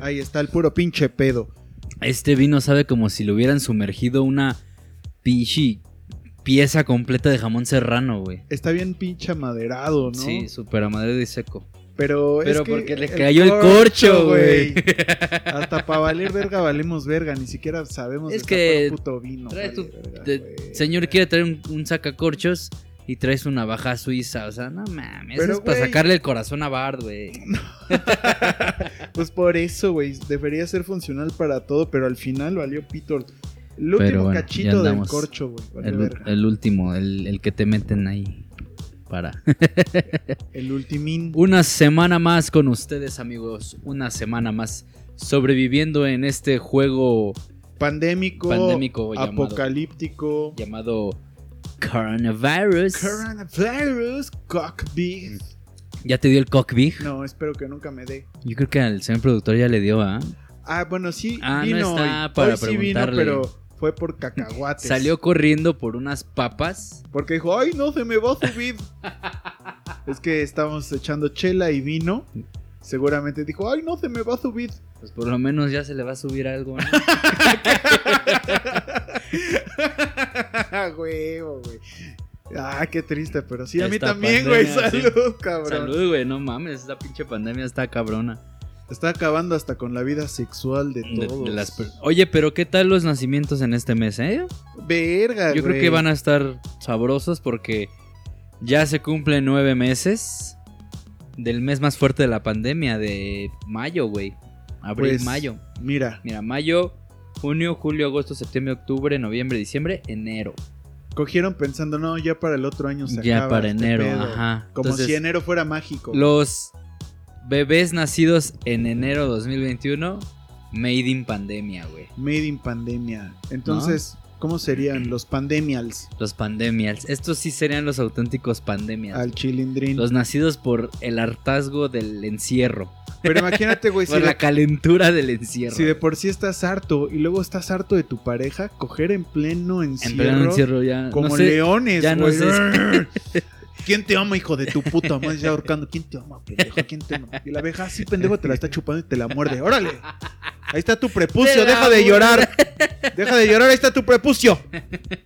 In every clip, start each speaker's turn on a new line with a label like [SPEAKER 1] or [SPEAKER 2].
[SPEAKER 1] Ahí está el puro pinche pedo.
[SPEAKER 2] Este vino sabe como si le hubieran sumergido una pinche pieza completa de jamón serrano, güey.
[SPEAKER 1] Está bien pinche maderado, ¿no?
[SPEAKER 2] Sí, súper a madre de seco.
[SPEAKER 1] Pero, es
[SPEAKER 2] Pero
[SPEAKER 1] que
[SPEAKER 2] porque le cayó el corcho, güey.
[SPEAKER 1] Hasta para valer verga valemos verga, ni siquiera sabemos
[SPEAKER 2] Es
[SPEAKER 1] de
[SPEAKER 2] que
[SPEAKER 1] tapar puto vino.
[SPEAKER 2] traes
[SPEAKER 1] vale
[SPEAKER 2] tu-
[SPEAKER 1] verga,
[SPEAKER 2] te-
[SPEAKER 1] güey.
[SPEAKER 2] señor quiere traer un, un sacacorchos y traes una baja suiza. O sea, no mames.
[SPEAKER 1] Pero,
[SPEAKER 2] eso es para
[SPEAKER 1] güey.
[SPEAKER 2] sacarle el corazón a Bard, güey.
[SPEAKER 1] Pues por eso, güey, debería ser funcional para todo, pero al final valió Peter. El último
[SPEAKER 2] Pero bueno, ya
[SPEAKER 1] cachito del
[SPEAKER 2] andamos.
[SPEAKER 1] corcho, güey. vale
[SPEAKER 2] El,
[SPEAKER 1] verga.
[SPEAKER 2] el último, el, el que te meten ahí. Para.
[SPEAKER 1] El, ultimín.
[SPEAKER 2] Una semana más con ustedes, amigos. Una semana más sobreviviendo en este juego
[SPEAKER 1] pandémico,
[SPEAKER 2] pandémico llamado-
[SPEAKER 1] apocalíptico,
[SPEAKER 2] llamado Coronavirus.
[SPEAKER 1] coronavirus, cockpit.
[SPEAKER 2] Mm. ya te dio el cockbig.
[SPEAKER 1] No, espero que nunca me dé.
[SPEAKER 2] Yo creo que al señor productor ya le dio, ¿ah?
[SPEAKER 1] Ah, bueno, sí
[SPEAKER 2] Ah, no
[SPEAKER 1] vino
[SPEAKER 2] está
[SPEAKER 1] hoy.
[SPEAKER 2] para
[SPEAKER 1] Hoy sí vino,
[SPEAKER 2] preguntarle.
[SPEAKER 1] pero fue por cacahuates.
[SPEAKER 2] Salió corriendo por unas papas.
[SPEAKER 1] Porque dijo, ay, no, se me va a subir. es que estábamos echando chela y vino.
[SPEAKER 2] Mm.
[SPEAKER 1] Seguramente dijo, ay, no, se me va a subir.
[SPEAKER 2] Pues por lo menos ya se le va a subir algo, ¿no?
[SPEAKER 1] Huevo, güey. Ah, qué triste, pero sí, a mí
[SPEAKER 2] Esta
[SPEAKER 1] también, güey.
[SPEAKER 2] pandemia, sí.
[SPEAKER 1] Salud, cabrón.
[SPEAKER 2] Salud, güey, no mames, esta pinche pandemia está cabrona.
[SPEAKER 1] Está acabando hasta con la vida sexual de
[SPEAKER 2] De- de
[SPEAKER 1] todos.
[SPEAKER 2] las per- Oye, pero ¿qué tal los nacimientos en este mes, eh?
[SPEAKER 1] Verga,
[SPEAKER 2] Yo creo
[SPEAKER 1] Ah, güey.
[SPEAKER 2] que van a estar sabrosos porque ya se cumplen nueve meses del mes más fuerte de la pandemia, de mayo, güey. Abril,
[SPEAKER 1] Pues,
[SPEAKER 2] mayo.
[SPEAKER 1] Mira,
[SPEAKER 2] Mira, mayo, junio, julio, agosto, septiembre, octubre, noviembre, diciembre, enero.
[SPEAKER 1] cogieron pensando, no, ya para el otro año se
[SPEAKER 2] ya
[SPEAKER 1] acaba
[SPEAKER 2] para
[SPEAKER 1] este
[SPEAKER 2] enero,
[SPEAKER 1] pedo".
[SPEAKER 2] ajá.
[SPEAKER 1] Como
[SPEAKER 2] Entonces,
[SPEAKER 1] si enero fuera mágico.
[SPEAKER 2] Los bebés nacidos en enero 2021, made in pandemia, güey.
[SPEAKER 1] Made in pandemia. Entonces, ¿cómo serían los pandemials
[SPEAKER 2] Los pandemials. Estos sí serían los auténticos pandemias.
[SPEAKER 1] al chilindrín?
[SPEAKER 2] Los nacidos por el hartazgo del encierro.
[SPEAKER 1] Pero imagínate, güey, si,
[SPEAKER 2] por la
[SPEAKER 1] Pues de,
[SPEAKER 2] calentura del encierro.
[SPEAKER 1] si de por sí estás harto y luego estás harto de tu pareja, coger en pleno encierro,
[SPEAKER 2] en pleno encierro ya.
[SPEAKER 1] como
[SPEAKER 2] no sé,
[SPEAKER 1] leones,
[SPEAKER 2] ya no
[SPEAKER 1] güey.
[SPEAKER 2] sé.
[SPEAKER 1] ¿Quién te ama, hijo de tu puta madre? Ya ahorcando. ¿Quién te ama, pendejo? ¿Quién te ama? Y la abeja así, pendejo, te la está chupando y te la muerde. ¡Órale! Ahí está tu
[SPEAKER 2] Te
[SPEAKER 1] prepucio,
[SPEAKER 2] la
[SPEAKER 1] deja de
[SPEAKER 2] muerde.
[SPEAKER 1] llorar. Deja de llorar, ahí está tu prepucio.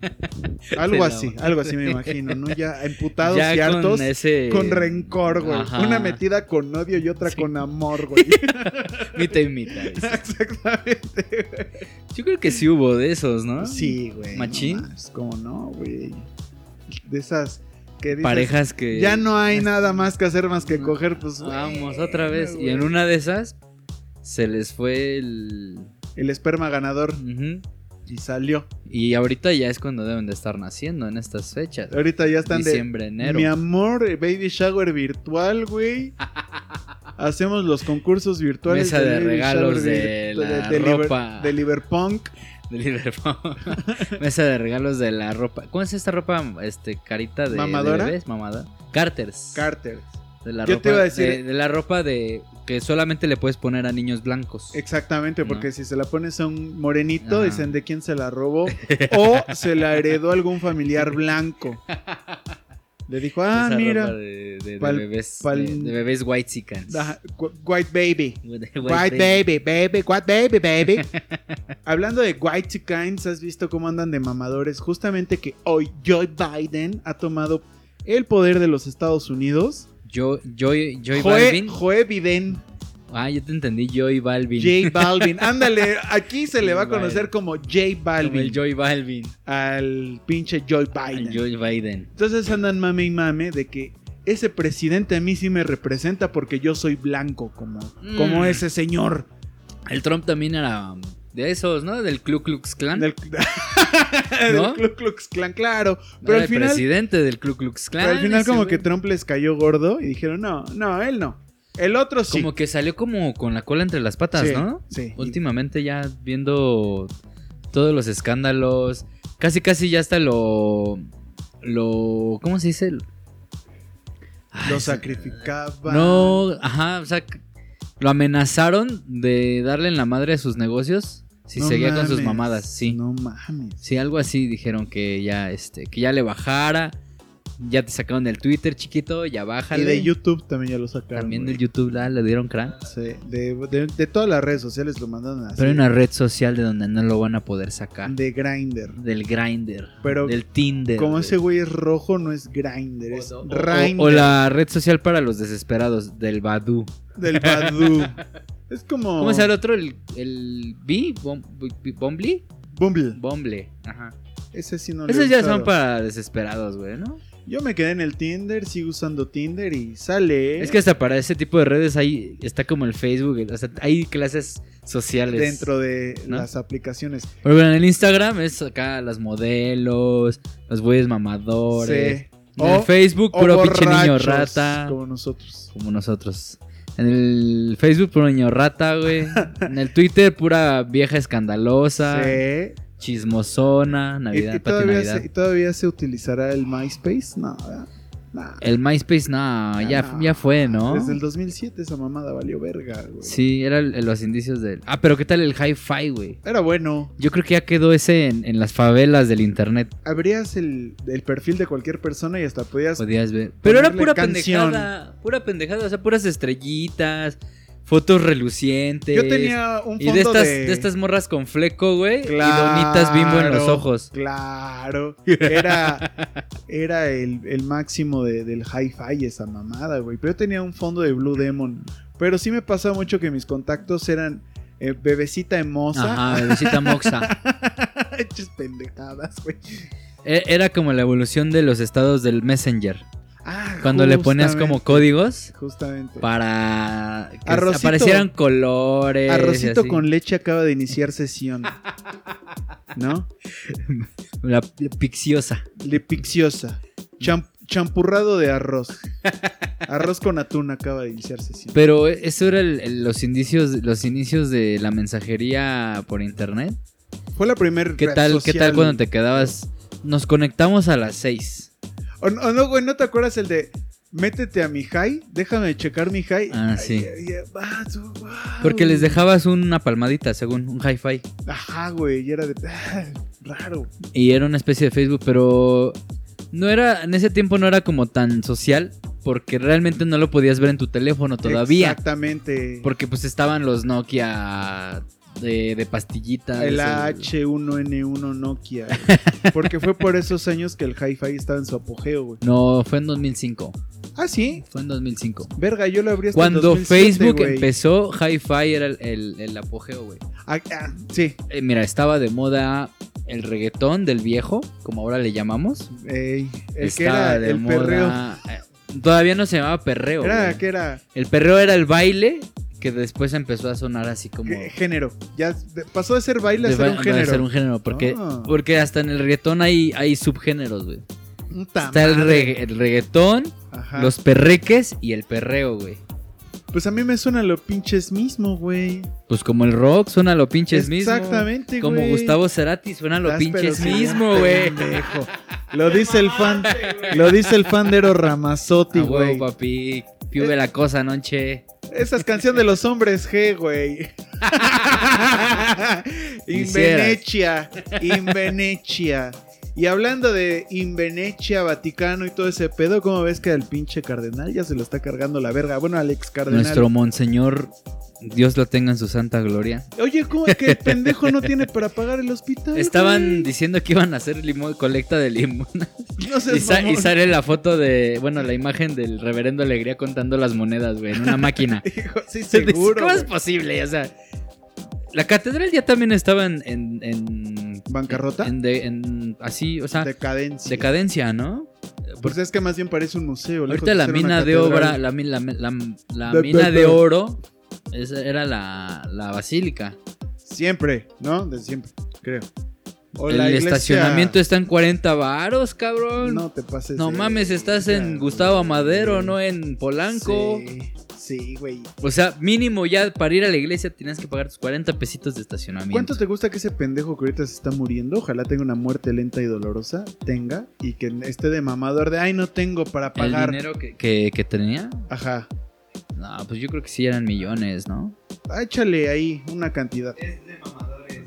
[SPEAKER 2] Te
[SPEAKER 1] Algo
[SPEAKER 2] la
[SPEAKER 1] así,
[SPEAKER 2] muerde.
[SPEAKER 1] algo así me imagino, ¿no? Ya emputados
[SPEAKER 2] ya
[SPEAKER 1] y hartos.
[SPEAKER 2] con ese.
[SPEAKER 1] Con rencor, güey.
[SPEAKER 2] Ajá.
[SPEAKER 1] Una metida con odio y otra
[SPEAKER 2] Sí.
[SPEAKER 1] con amor, güey.
[SPEAKER 2] Mita y mita. dice.
[SPEAKER 1] Exactamente. güey.
[SPEAKER 2] Yo creo que sí hubo de esos, ¿no?
[SPEAKER 1] Sí, güey. no
[SPEAKER 2] Machín.
[SPEAKER 1] mames, ¿Cómo no, güey? De esas que dices,
[SPEAKER 2] Parejas que.
[SPEAKER 1] Ya no hay nada más que hacer más que
[SPEAKER 2] No.
[SPEAKER 1] coger, pues.
[SPEAKER 2] Este, Vamos,
[SPEAKER 1] bueno,
[SPEAKER 2] otra vez. Y en
[SPEAKER 1] güey.
[SPEAKER 2] una de esas se les fue el.
[SPEAKER 1] El esperma ganador
[SPEAKER 2] Ujú.
[SPEAKER 1] y salió.
[SPEAKER 2] Y ahorita ya es cuando deben de estar naciendo en estas fechas.
[SPEAKER 1] Ahorita ya están
[SPEAKER 2] Diciembre,
[SPEAKER 1] de.
[SPEAKER 2] enero.
[SPEAKER 1] Mi amor, eh, baby shower virtual, güey. Hacemos los concursos virtuales.
[SPEAKER 2] Mesa de
[SPEAKER 1] baby
[SPEAKER 2] regalos
[SPEAKER 1] shower
[SPEAKER 2] de
[SPEAKER 1] virtu-
[SPEAKER 2] la
[SPEAKER 1] liber-
[SPEAKER 2] ropa.
[SPEAKER 1] de Liberpunk.
[SPEAKER 2] De Liverpool. Mesa de regalos de la ropa. ¿Cómo es esta ropa? Este, carita de.
[SPEAKER 1] ¿Mamadora?
[SPEAKER 2] de bebés, mamada. Carters.
[SPEAKER 1] Carter.
[SPEAKER 2] de la
[SPEAKER 1] yo
[SPEAKER 2] ropa,
[SPEAKER 1] te iba a decir-
[SPEAKER 2] De, de la ropa de. Que solamente le puedes poner a niños blancos.
[SPEAKER 1] Exactamente, porque
[SPEAKER 2] No.
[SPEAKER 1] si se la pones a un morenito,
[SPEAKER 2] Ajá.
[SPEAKER 1] dicen de quién se la robó. o se la heredó algún familiar blanco. Le dijo, ah,
[SPEAKER 2] Esa
[SPEAKER 1] mira.
[SPEAKER 2] ropa de, de- de
[SPEAKER 1] Pal-
[SPEAKER 2] bebés.
[SPEAKER 1] pal-
[SPEAKER 2] de, de bebés white chickens.
[SPEAKER 1] ajá, gu- White Baby.
[SPEAKER 2] White,
[SPEAKER 1] White baby, baby, white baby, baby. Hablando de white chickens, ¿has visto cómo andan de mamadores? Justamente que hoy Joe Biden ha tomado el poder de los Estados Unidos.
[SPEAKER 2] Yo, Joy,
[SPEAKER 1] Joe,
[SPEAKER 2] Joy Balvin.
[SPEAKER 1] Joe Biden,
[SPEAKER 2] Ah, yo te entendí, Joy Balvin.
[SPEAKER 1] J Balvin. Ándale, aquí se le va a
[SPEAKER 2] Joe
[SPEAKER 1] conocer
[SPEAKER 2] Biden.
[SPEAKER 1] como J
[SPEAKER 2] Como el
[SPEAKER 1] Balvin
[SPEAKER 2] Joy Balvin.
[SPEAKER 1] al pinche Joe
[SPEAKER 2] Al
[SPEAKER 1] Biden.
[SPEAKER 2] Joy Biden.
[SPEAKER 1] Entonces andan mame y mame de que ese presidente a mí sí me representa porque yo soy blanco como, como
[SPEAKER 2] Mm.
[SPEAKER 1] ese señor.
[SPEAKER 2] El Trump también era de esos, ¿no? Del Ku Klux Klan.
[SPEAKER 1] Del, del
[SPEAKER 2] ¿No?
[SPEAKER 1] Ku Klux Klan, claro. Pero
[SPEAKER 2] Era
[SPEAKER 1] al
[SPEAKER 2] el
[SPEAKER 1] final,
[SPEAKER 2] presidente del Ku Klux Klan.
[SPEAKER 1] pero al final
[SPEAKER 2] ese
[SPEAKER 1] como
[SPEAKER 2] güey.
[SPEAKER 1] que Trump les cayó gordo y dijeron, no, no, él no. El otro sí.
[SPEAKER 2] Como que salió como con la cola entre las patas,
[SPEAKER 1] Sí,
[SPEAKER 2] ¿no?
[SPEAKER 1] Sí.
[SPEAKER 2] Últimamente ya viendo todos los escándalos. Casi, casi ya hasta lo. Lo. ¿Cómo se dice? Ay,
[SPEAKER 1] Lo
[SPEAKER 2] se-
[SPEAKER 1] sacrificaban.
[SPEAKER 2] No, ajá, o sea, c- lo amenazaron de darle en la madre a sus negocios si
[SPEAKER 1] No
[SPEAKER 2] seguía con sus
[SPEAKER 1] mames,
[SPEAKER 2] mamadas, sí.
[SPEAKER 1] No mames.
[SPEAKER 2] Sí, algo así dijeron que ya, este, que ya le bajara. Ya te sacaron del Twitter, chiquito, ya bájale.
[SPEAKER 1] Y de YouTube también ya lo sacaron.
[SPEAKER 2] También
[SPEAKER 1] güey.
[SPEAKER 2] del YouTube la, le dieron crán.
[SPEAKER 1] Sí, de, de- de todas las redes sociales lo mandaron así.
[SPEAKER 2] Pero hay una red social de donde no lo van a poder sacar.
[SPEAKER 1] De Grinder.
[SPEAKER 2] Del Grinder.
[SPEAKER 1] Pero
[SPEAKER 2] Del Tinder.
[SPEAKER 1] como
[SPEAKER 2] güey.
[SPEAKER 1] ese güey es rojo, no es Grinder, es
[SPEAKER 2] O- o-
[SPEAKER 1] Rinder
[SPEAKER 2] o la red social para los desesperados, del Badu.
[SPEAKER 1] del Badu. es como
[SPEAKER 2] ¿Cómo se llama el otro? ¿El, el B? Bom- B- ¿Bumble?
[SPEAKER 1] Bumble.
[SPEAKER 2] Bumble. Ajá.
[SPEAKER 1] Ese sí no lo he
[SPEAKER 2] Esos ya son
[SPEAKER 1] usado.
[SPEAKER 2] para desesperados, güey, ¿no?
[SPEAKER 1] Yo me quedé en el Tinder, sigo usando Tinder y sale.
[SPEAKER 2] Es que hasta para ese tipo de redes ahí está como el Facebook, el- o sea, hay clases sociales.
[SPEAKER 1] dentro de
[SPEAKER 2] ¿no?
[SPEAKER 1] las aplicaciones.
[SPEAKER 2] Pero bueno, en el Instagram es acá las modelos, los güeyes mamadores.
[SPEAKER 1] Sí.
[SPEAKER 2] En el Facebook,
[SPEAKER 1] o
[SPEAKER 2] puro pinche niño
[SPEAKER 1] borrachos,
[SPEAKER 2] rata.
[SPEAKER 1] Como nosotros.
[SPEAKER 2] Como nosotros. En el Facebook, puro niño rata, güey. en el Twitter, pura vieja escandalosa.
[SPEAKER 1] Sí.
[SPEAKER 2] Chismosona,
[SPEAKER 1] Y-
[SPEAKER 2] Navidad,
[SPEAKER 1] y,
[SPEAKER 2] Pati
[SPEAKER 1] todavía
[SPEAKER 2] Navidad.
[SPEAKER 1] se, y todavía se utilizará el MySpace. No, ¿verdad? Nah.
[SPEAKER 2] El MySpace, no, ya,
[SPEAKER 1] no.
[SPEAKER 2] ya fue, ¿no?
[SPEAKER 1] Desde el 2007 esa mamada valió verga, güey.
[SPEAKER 2] Sí, eran los indicios del. Ah, pero ¿qué tal el hi-fi, güey?
[SPEAKER 1] Era bueno.
[SPEAKER 2] Yo creo que ya quedó ese en, en las favelas del internet,
[SPEAKER 1] Abrías el, el perfil de cualquier persona y hasta podías.
[SPEAKER 2] podías ver. Pero era
[SPEAKER 1] Ponerle
[SPEAKER 2] pura
[SPEAKER 1] canción.
[SPEAKER 2] pendejada, pura pendejada, o sea, puras estrellitas, fotos relucientes.
[SPEAKER 1] Yo tenía un fondo
[SPEAKER 2] y de estas, de... estas morras con fleco, güey, y donitas bimbo en los
[SPEAKER 1] Claro,
[SPEAKER 2] ojos.
[SPEAKER 1] Claro. Era, era el, el máximo de- del hi-fi esa mamada, güey. Pero yo tenía un fondo de Blue Demon. Pero sí me pasaba mucho que mis contactos eran eh, bebecita hermosa.
[SPEAKER 2] Ajá, bebecita moxa.
[SPEAKER 1] Hechas pendejadas, güey.
[SPEAKER 2] E- Era como la evolución de los estados del Messenger.
[SPEAKER 1] Ah,
[SPEAKER 2] Cuando le ponías como
[SPEAKER 1] justamente,
[SPEAKER 2] códigos
[SPEAKER 1] Justamente.
[SPEAKER 2] para que
[SPEAKER 1] Arrocito.
[SPEAKER 2] aparecieran colores.
[SPEAKER 1] Arrocito
[SPEAKER 2] así.
[SPEAKER 1] con leche acaba de iniciar sesión. ¿No?
[SPEAKER 2] La la pixiosa.
[SPEAKER 1] Lepiciosa. Cham- champurrado de arroz. Arroz con atún acaba de iniciar sesión.
[SPEAKER 2] Pero eso era el- el- los indicios, los inicios de la mensajería por internet.
[SPEAKER 1] Fue la primera
[SPEAKER 2] ¿Qué tal, qué tal cuando te quedabas? Nos conectamos a las 6.
[SPEAKER 1] O, no- o no, güey, ¿no te acuerdas el de métete a mi high? Déjame checar mi high.
[SPEAKER 2] Ah, sí.
[SPEAKER 1] Ay, ay, ay, ah, tú, wow.
[SPEAKER 2] Porque les dejabas una palmadita, según un hi-fi.
[SPEAKER 1] Ajá, güey, y era de... ah, raro.
[SPEAKER 2] Y era una especie de Facebook, pero no era, en ese tiempo no era como tan social, porque realmente no lo podías ver en tu teléfono todavía.
[SPEAKER 1] Exactamente.
[SPEAKER 2] Porque pues estaban los Nokia de, de pastillitas.
[SPEAKER 1] el
[SPEAKER 2] eh,
[SPEAKER 1] H1N1 Nokia. Porque fue por esos años que el hi-fi estaba en su apogeo, güey.
[SPEAKER 2] No, fue en 2005.
[SPEAKER 1] Ah, sí.
[SPEAKER 2] Fue en 2005.
[SPEAKER 1] Verga, yo lo abrí hasta el
[SPEAKER 2] Cuando
[SPEAKER 1] 2007,
[SPEAKER 2] Facebook
[SPEAKER 1] güey.
[SPEAKER 2] empezó, Hi-Fi era el, el- el apogeo, güey.
[SPEAKER 1] Ah, ah, sí,
[SPEAKER 2] Eh, mira, estaba de moda el reggaetón del viejo, como ahora le llamamos.
[SPEAKER 1] ey, el que
[SPEAKER 2] Estaba
[SPEAKER 1] era
[SPEAKER 2] de
[SPEAKER 1] el perreo.
[SPEAKER 2] moda- eh, Todavía no se llamaba perreo.
[SPEAKER 1] Era
[SPEAKER 2] güey.
[SPEAKER 1] que era
[SPEAKER 2] El perreo era el baile que después empezó a sonar así como.
[SPEAKER 1] g- género. Ya de- pasó de ser baile a
[SPEAKER 2] de
[SPEAKER 1] ser
[SPEAKER 2] ba-
[SPEAKER 1] un
[SPEAKER 2] de
[SPEAKER 1] género.
[SPEAKER 2] ser un género, Porque,
[SPEAKER 1] Ah.
[SPEAKER 2] porque hasta en el reggaetón hay, hay subgéneros, güey.
[SPEAKER 1] Puta
[SPEAKER 2] Está el,
[SPEAKER 1] madre.
[SPEAKER 2] regga- el reggaetón,
[SPEAKER 1] Ajá.
[SPEAKER 2] los perreques y el perreo, güey.
[SPEAKER 1] Pues a mí me suena lo pinches mismo, güey.
[SPEAKER 2] Pues como el rock suena lo pinches mismo.
[SPEAKER 1] Exactamente, güey.
[SPEAKER 2] Como Gustavo Cerati suena lo
[SPEAKER 1] Estás
[SPEAKER 2] pinches
[SPEAKER 1] pero sí,
[SPEAKER 2] mismo, güey.
[SPEAKER 1] pendejo. Lo dice el fan, lo dice el fan de Ero Ramazzotti,
[SPEAKER 2] A
[SPEAKER 1] güey.
[SPEAKER 2] huevo, papi. Piube la cosa, noche.
[SPEAKER 1] Esa es canción de los hombres G, güey. Invenecia, Invenecia. Y hablando de Invenecia, Vaticano y todo ese pedo, ¿cómo ves que al pinche cardenal ya se lo está cargando la verga? Bueno, al ex cardenal.
[SPEAKER 2] Nuestro monseñor, Dios lo tenga en su santa gloria.
[SPEAKER 1] Oye, ¿cómo es que el pendejo no tiene para pagar el hospital?
[SPEAKER 2] Estaban
[SPEAKER 1] güey?
[SPEAKER 2] diciendo que iban a hacer limo- colecta de limón.
[SPEAKER 1] No seas
[SPEAKER 2] Y, sa- y
[SPEAKER 1] mamón.
[SPEAKER 2] sale la foto de, bueno, la imagen del reverendo Alegría contando las monedas, güey, en una máquina.
[SPEAKER 1] Hijo, sí, seguro.
[SPEAKER 2] ¿Cómo es
[SPEAKER 1] güey.
[SPEAKER 2] posible? O sea, la catedral ya también estaba en... en- en-
[SPEAKER 1] ¿Bancarrota?
[SPEAKER 2] en de- en- así, o sea,
[SPEAKER 1] Decadencia.
[SPEAKER 2] decadencia, ¿no?
[SPEAKER 1] Pues es que más bien parece un museo. Pues, lejos
[SPEAKER 2] Ahorita la
[SPEAKER 1] ser una
[SPEAKER 2] mina de
[SPEAKER 1] catedral.
[SPEAKER 2] obra, la, mi- la- la- la
[SPEAKER 1] Ve- ve-
[SPEAKER 2] mina
[SPEAKER 1] ve.
[SPEAKER 2] de oro, esa era la, la basílica.
[SPEAKER 1] Siempre, ¿no? De siempre, creo. O
[SPEAKER 2] el
[SPEAKER 1] la iglesia-
[SPEAKER 2] estacionamiento está en 40 varos, cabrón. No,
[SPEAKER 1] No te pases. de-
[SPEAKER 2] mames, estás
[SPEAKER 1] Ya,
[SPEAKER 2] en Gustavo
[SPEAKER 1] güey.
[SPEAKER 2] Amadero, no en Polanco.
[SPEAKER 1] Sí, Sí, güey.
[SPEAKER 2] O sea, mínimo ya para ir a la iglesia tenías que pagar tus 40 pesitos de estacionamiento.
[SPEAKER 1] ¿Cuánto te gusta que ese pendejo que ahorita se está muriendo? Ojalá tenga una muerte lenta y dolorosa. Tenga. Y que esté de mamador de, ay, no tengo para
[SPEAKER 2] el
[SPEAKER 1] pagar.
[SPEAKER 2] dinero que, que- que tenía?
[SPEAKER 1] Ajá.
[SPEAKER 2] No, pues yo creo que sí eran millones, ¿no?
[SPEAKER 1] Ah, Échale ahí una cantidad.
[SPEAKER 2] Es de mamadores.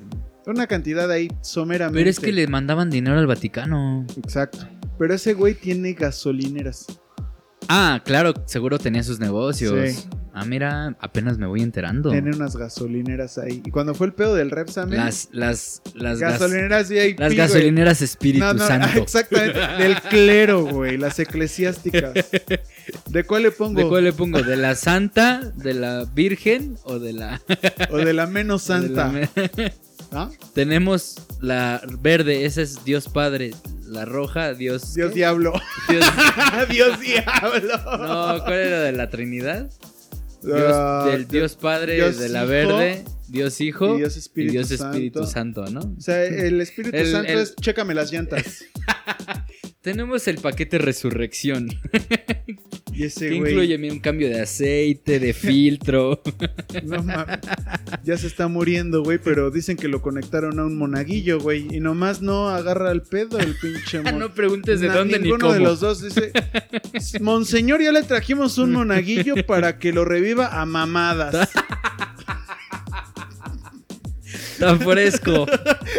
[SPEAKER 1] Una cantidad ahí someramente.
[SPEAKER 2] Pero es que le mandaban dinero al Vaticano.
[SPEAKER 1] Exacto. Pero ese güey tiene gasolineras.
[SPEAKER 2] Ah, claro, seguro tenía sus negocios.
[SPEAKER 1] Sí.
[SPEAKER 2] Ah, mira, apenas me voy enterando.
[SPEAKER 1] Tiene unas gasolineras ahí. Y cuando fue el pedo del Repsamen,
[SPEAKER 2] Las, las, las, gas-
[SPEAKER 1] gasolineras VIP,
[SPEAKER 2] las
[SPEAKER 1] güey.
[SPEAKER 2] gasolineras Espíritu
[SPEAKER 1] No, ah, no,
[SPEAKER 2] Santo.
[SPEAKER 1] exactamente. Del clero, güey. Las eclesiásticas. ¿De cuál le pongo?
[SPEAKER 2] ¿De cuál le pongo? ¿De la Santa, de la Virgen o de la...
[SPEAKER 1] O de la menos santa.
[SPEAKER 2] de la-
[SPEAKER 1] ¿Ah?
[SPEAKER 2] Tenemos la verde, esa es Dios Padre. La roja, Dios...
[SPEAKER 1] Dios
[SPEAKER 2] ¿qué?
[SPEAKER 1] diablo.
[SPEAKER 2] Dios-
[SPEAKER 1] Dios diablo.
[SPEAKER 2] No, ¿cuál era de la Trinidad? Dios,
[SPEAKER 1] Ah,
[SPEAKER 2] del Dios Padre,
[SPEAKER 1] Dios
[SPEAKER 2] de la
[SPEAKER 1] Hijo
[SPEAKER 2] verde, Dios Hijo
[SPEAKER 1] y Dios Espíritu,
[SPEAKER 2] y Dios
[SPEAKER 1] Santo.
[SPEAKER 2] Espíritu Santo, ¿no?
[SPEAKER 1] O sea, el Espíritu
[SPEAKER 2] El-
[SPEAKER 1] Santo
[SPEAKER 2] el-
[SPEAKER 1] es chécame las llantas.
[SPEAKER 2] Tenemos el paquete resurrección.
[SPEAKER 1] Y ese
[SPEAKER 2] que
[SPEAKER 1] güey.
[SPEAKER 2] incluye mira, un cambio de aceite, de filtro.
[SPEAKER 1] No mames. Ya se está muriendo, güey, pero dicen que lo conectaron a un monaguillo, güey. Y nomás no agarra el pedo el pinche
[SPEAKER 2] Ah,
[SPEAKER 1] mon...
[SPEAKER 2] no preguntes de
[SPEAKER 1] Na-
[SPEAKER 2] dónde ni
[SPEAKER 1] Ninguno
[SPEAKER 2] cómo.
[SPEAKER 1] de los dos dice, Monseñor, ya le trajimos un monaguillo para que lo reviva a mamadas.
[SPEAKER 2] Tan fresco.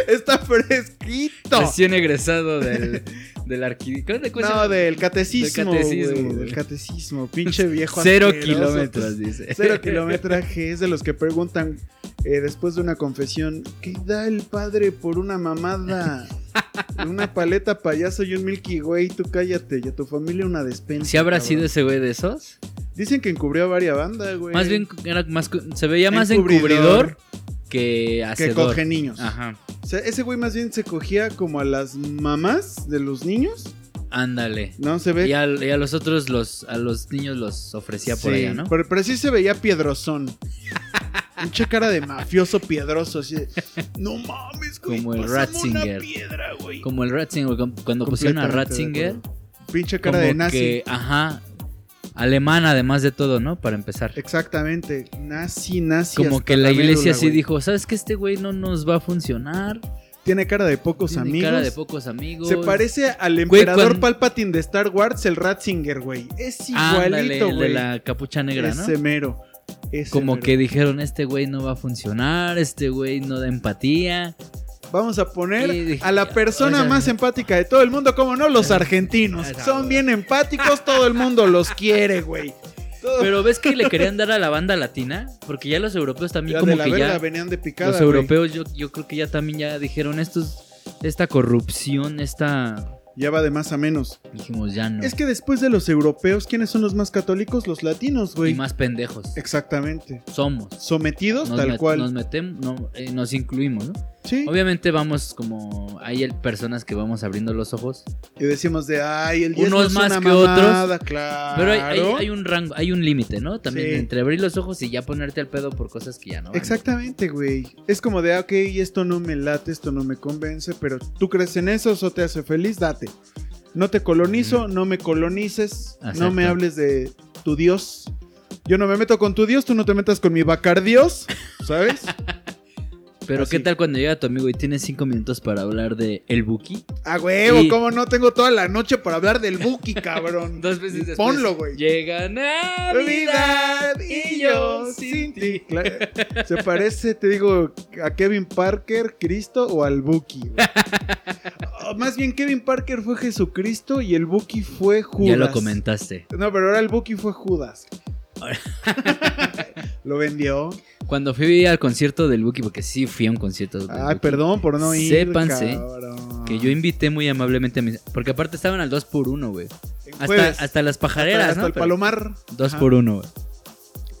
[SPEAKER 1] Está fresquito.
[SPEAKER 2] Recién egresado del, del arqui- ¿Cuál es la cosa?
[SPEAKER 1] No, del catecismo.
[SPEAKER 2] pues Del
[SPEAKER 1] Del
[SPEAKER 2] catecismo,
[SPEAKER 1] catecismo,
[SPEAKER 2] güey.
[SPEAKER 1] del catecismo pinche viejo.
[SPEAKER 2] Cero
[SPEAKER 1] asqueroso.
[SPEAKER 2] kilómetros, dice.
[SPEAKER 1] pues, Cero kilometraje es de los que preguntan eh, después de una confesión, ¿qué da el padre por una mamada? Una paleta payaso y un Milky Way, tú cállate, y a tu familia una despensa.
[SPEAKER 2] ¿Si habrá
[SPEAKER 1] cabrón.
[SPEAKER 2] sido ese güey de esos?
[SPEAKER 1] Dicen que encubrió a varias bandas, güey.
[SPEAKER 2] Más bien era más cu- se veía más
[SPEAKER 1] Encubridor.
[SPEAKER 2] encubridor
[SPEAKER 1] que
[SPEAKER 2] que hacedor.
[SPEAKER 1] coge niños.
[SPEAKER 2] Ajá.
[SPEAKER 1] O sea, ese güey más bien se cogía como a las mamás de los niños.
[SPEAKER 2] Ándale.
[SPEAKER 1] No se ve.
[SPEAKER 2] Y, al- y a los otros los a los niños los ofrecía por
[SPEAKER 1] Sí,
[SPEAKER 2] allá, ¿no?
[SPEAKER 1] Pero, pero sí se veía piedrosón. Mucha cara de mafioso piedroso, así de, no mames, güey.
[SPEAKER 2] Como el
[SPEAKER 1] pásame Una
[SPEAKER 2] Ratzinger.
[SPEAKER 1] piedra, güey.
[SPEAKER 2] Como el Ratzinger, cu- cuando pusieron a
[SPEAKER 1] Completamente
[SPEAKER 2] Ratzinger,
[SPEAKER 1] de acuerdo. Pinche cara
[SPEAKER 2] como
[SPEAKER 1] de nazi.
[SPEAKER 2] que, ajá, alemán además de todo, ¿no? Para empezar.
[SPEAKER 1] Exactamente. Nazi, nazi.
[SPEAKER 2] Como
[SPEAKER 1] hasta
[SPEAKER 2] que la iglesia
[SPEAKER 1] médula,
[SPEAKER 2] sí
[SPEAKER 1] güey.
[SPEAKER 2] dijo, ¿sabes que Este güey no nos va a funcionar.
[SPEAKER 1] Tiene cara de pocos
[SPEAKER 2] Tiene
[SPEAKER 1] amigos.
[SPEAKER 2] cara de pocos amigos.
[SPEAKER 1] Se parece al
[SPEAKER 2] Güey,
[SPEAKER 1] emperador
[SPEAKER 2] cuando-
[SPEAKER 1] Palpatine de Star Wars, el Ratzinger, güey. Es
[SPEAKER 2] Ándale,
[SPEAKER 1] igualito,
[SPEAKER 2] el de
[SPEAKER 1] güey.
[SPEAKER 2] la capucha negra, ¿no?
[SPEAKER 1] Ese mero. Ese
[SPEAKER 2] Como
[SPEAKER 1] mero.
[SPEAKER 2] que dijeron, este güey no va a funcionar, este güey no da empatía.
[SPEAKER 1] Vamos a poner
[SPEAKER 2] Y dije,
[SPEAKER 1] a la persona
[SPEAKER 2] o sea,
[SPEAKER 1] más empática de todo el mundo, como no, los argentinos.
[SPEAKER 2] Ah,
[SPEAKER 1] Son bien empáticos, todo el mundo los quiere, güey. Todo-
[SPEAKER 2] Pero ves que le querían dar a la banda latina, porque ya los europeos también
[SPEAKER 1] Ya
[SPEAKER 2] como
[SPEAKER 1] de la
[SPEAKER 2] que
[SPEAKER 1] verga
[SPEAKER 2] ya...
[SPEAKER 1] venían de picada.
[SPEAKER 2] los
[SPEAKER 1] güey.
[SPEAKER 2] europeos yo, yo creo que ya también ya dijeron, estos, esta corrupción, esta...
[SPEAKER 1] Ya va de más a menos.
[SPEAKER 2] Dijimos, ya no.
[SPEAKER 1] Es que después de los europeos, ¿quiénes son los más católicos? Los latinos,
[SPEAKER 2] y
[SPEAKER 1] güey.
[SPEAKER 2] más pendejos.
[SPEAKER 1] Exactamente.
[SPEAKER 2] Somos.
[SPEAKER 1] Sometidos,
[SPEAKER 2] Nos
[SPEAKER 1] tal
[SPEAKER 2] met-
[SPEAKER 1] cual.
[SPEAKER 2] Nos metemos, no, eh, nos incluimos, ¿no?
[SPEAKER 1] Sí.
[SPEAKER 2] Obviamente vamos como... Hay el- personas que vamos abriendo los ojos.
[SPEAKER 1] Y decimos de, ay, el diezmo
[SPEAKER 2] Unos
[SPEAKER 1] es
[SPEAKER 2] más
[SPEAKER 1] una
[SPEAKER 2] que otros,
[SPEAKER 1] mamada, claro.
[SPEAKER 2] Pero hay, hay- hay un rango, hay un límite, ¿no? También
[SPEAKER 1] Sí.
[SPEAKER 2] entre abrir los ojos y ya ponerte al pedo por cosas que ya no. van.
[SPEAKER 1] Exactamente, güey. Es como de, ah, ok, esto no me late, esto no me convence, pero tú crees en eso, eso te hace feliz, date. No te colonizo, no me colonices, no
[SPEAKER 2] Exacto.
[SPEAKER 1] me hables de tu Dios. Yo no me meto con tu Dios, tú no te metas con mi Dios, ¿sabes?
[SPEAKER 2] Pero
[SPEAKER 1] Así.
[SPEAKER 2] ¿qué tal cuando llega tu amigo y tienes cinco minutos para hablar de el Buki?
[SPEAKER 1] A huevo,
[SPEAKER 2] Y-
[SPEAKER 1] "Ah, ¿cómo no? Tengo toda la noche para hablar del Buki, cabrón.
[SPEAKER 2] Dos veces después.
[SPEAKER 1] Ponlo, güey.
[SPEAKER 2] Llega Navidad y yo sin ti.
[SPEAKER 1] Claro. eh, Se parece, te digo, a Kevin Parker, Cristo o al Buki. güey. O más bien, Kevin Parker fue Jesucristo y el Buki fue Judas.
[SPEAKER 2] Ya lo comentaste.
[SPEAKER 1] No, pero ahora el Buki fue Judas.
[SPEAKER 2] Ahora-
[SPEAKER 1] lo vendió.
[SPEAKER 2] Cuando fui al concierto del Buki, porque sí fui a un concierto del
[SPEAKER 1] Ay,
[SPEAKER 2] Buki,
[SPEAKER 1] perdón por no ir.
[SPEAKER 2] Sépanse
[SPEAKER 1] cabrón.
[SPEAKER 2] Que yo invité muy amablemente a mis... Porque aparte estaban al 2x1, güey.
[SPEAKER 1] En
[SPEAKER 2] Hasta,
[SPEAKER 1] jueves,
[SPEAKER 2] hasta
[SPEAKER 1] Pues,
[SPEAKER 2] las
[SPEAKER 1] hasta,
[SPEAKER 2] pajareras,
[SPEAKER 1] hasta
[SPEAKER 2] ¿no?
[SPEAKER 1] el
[SPEAKER 2] Pero-
[SPEAKER 1] Palomar.
[SPEAKER 2] Dos
[SPEAKER 1] Ajá.
[SPEAKER 2] por uno, güey.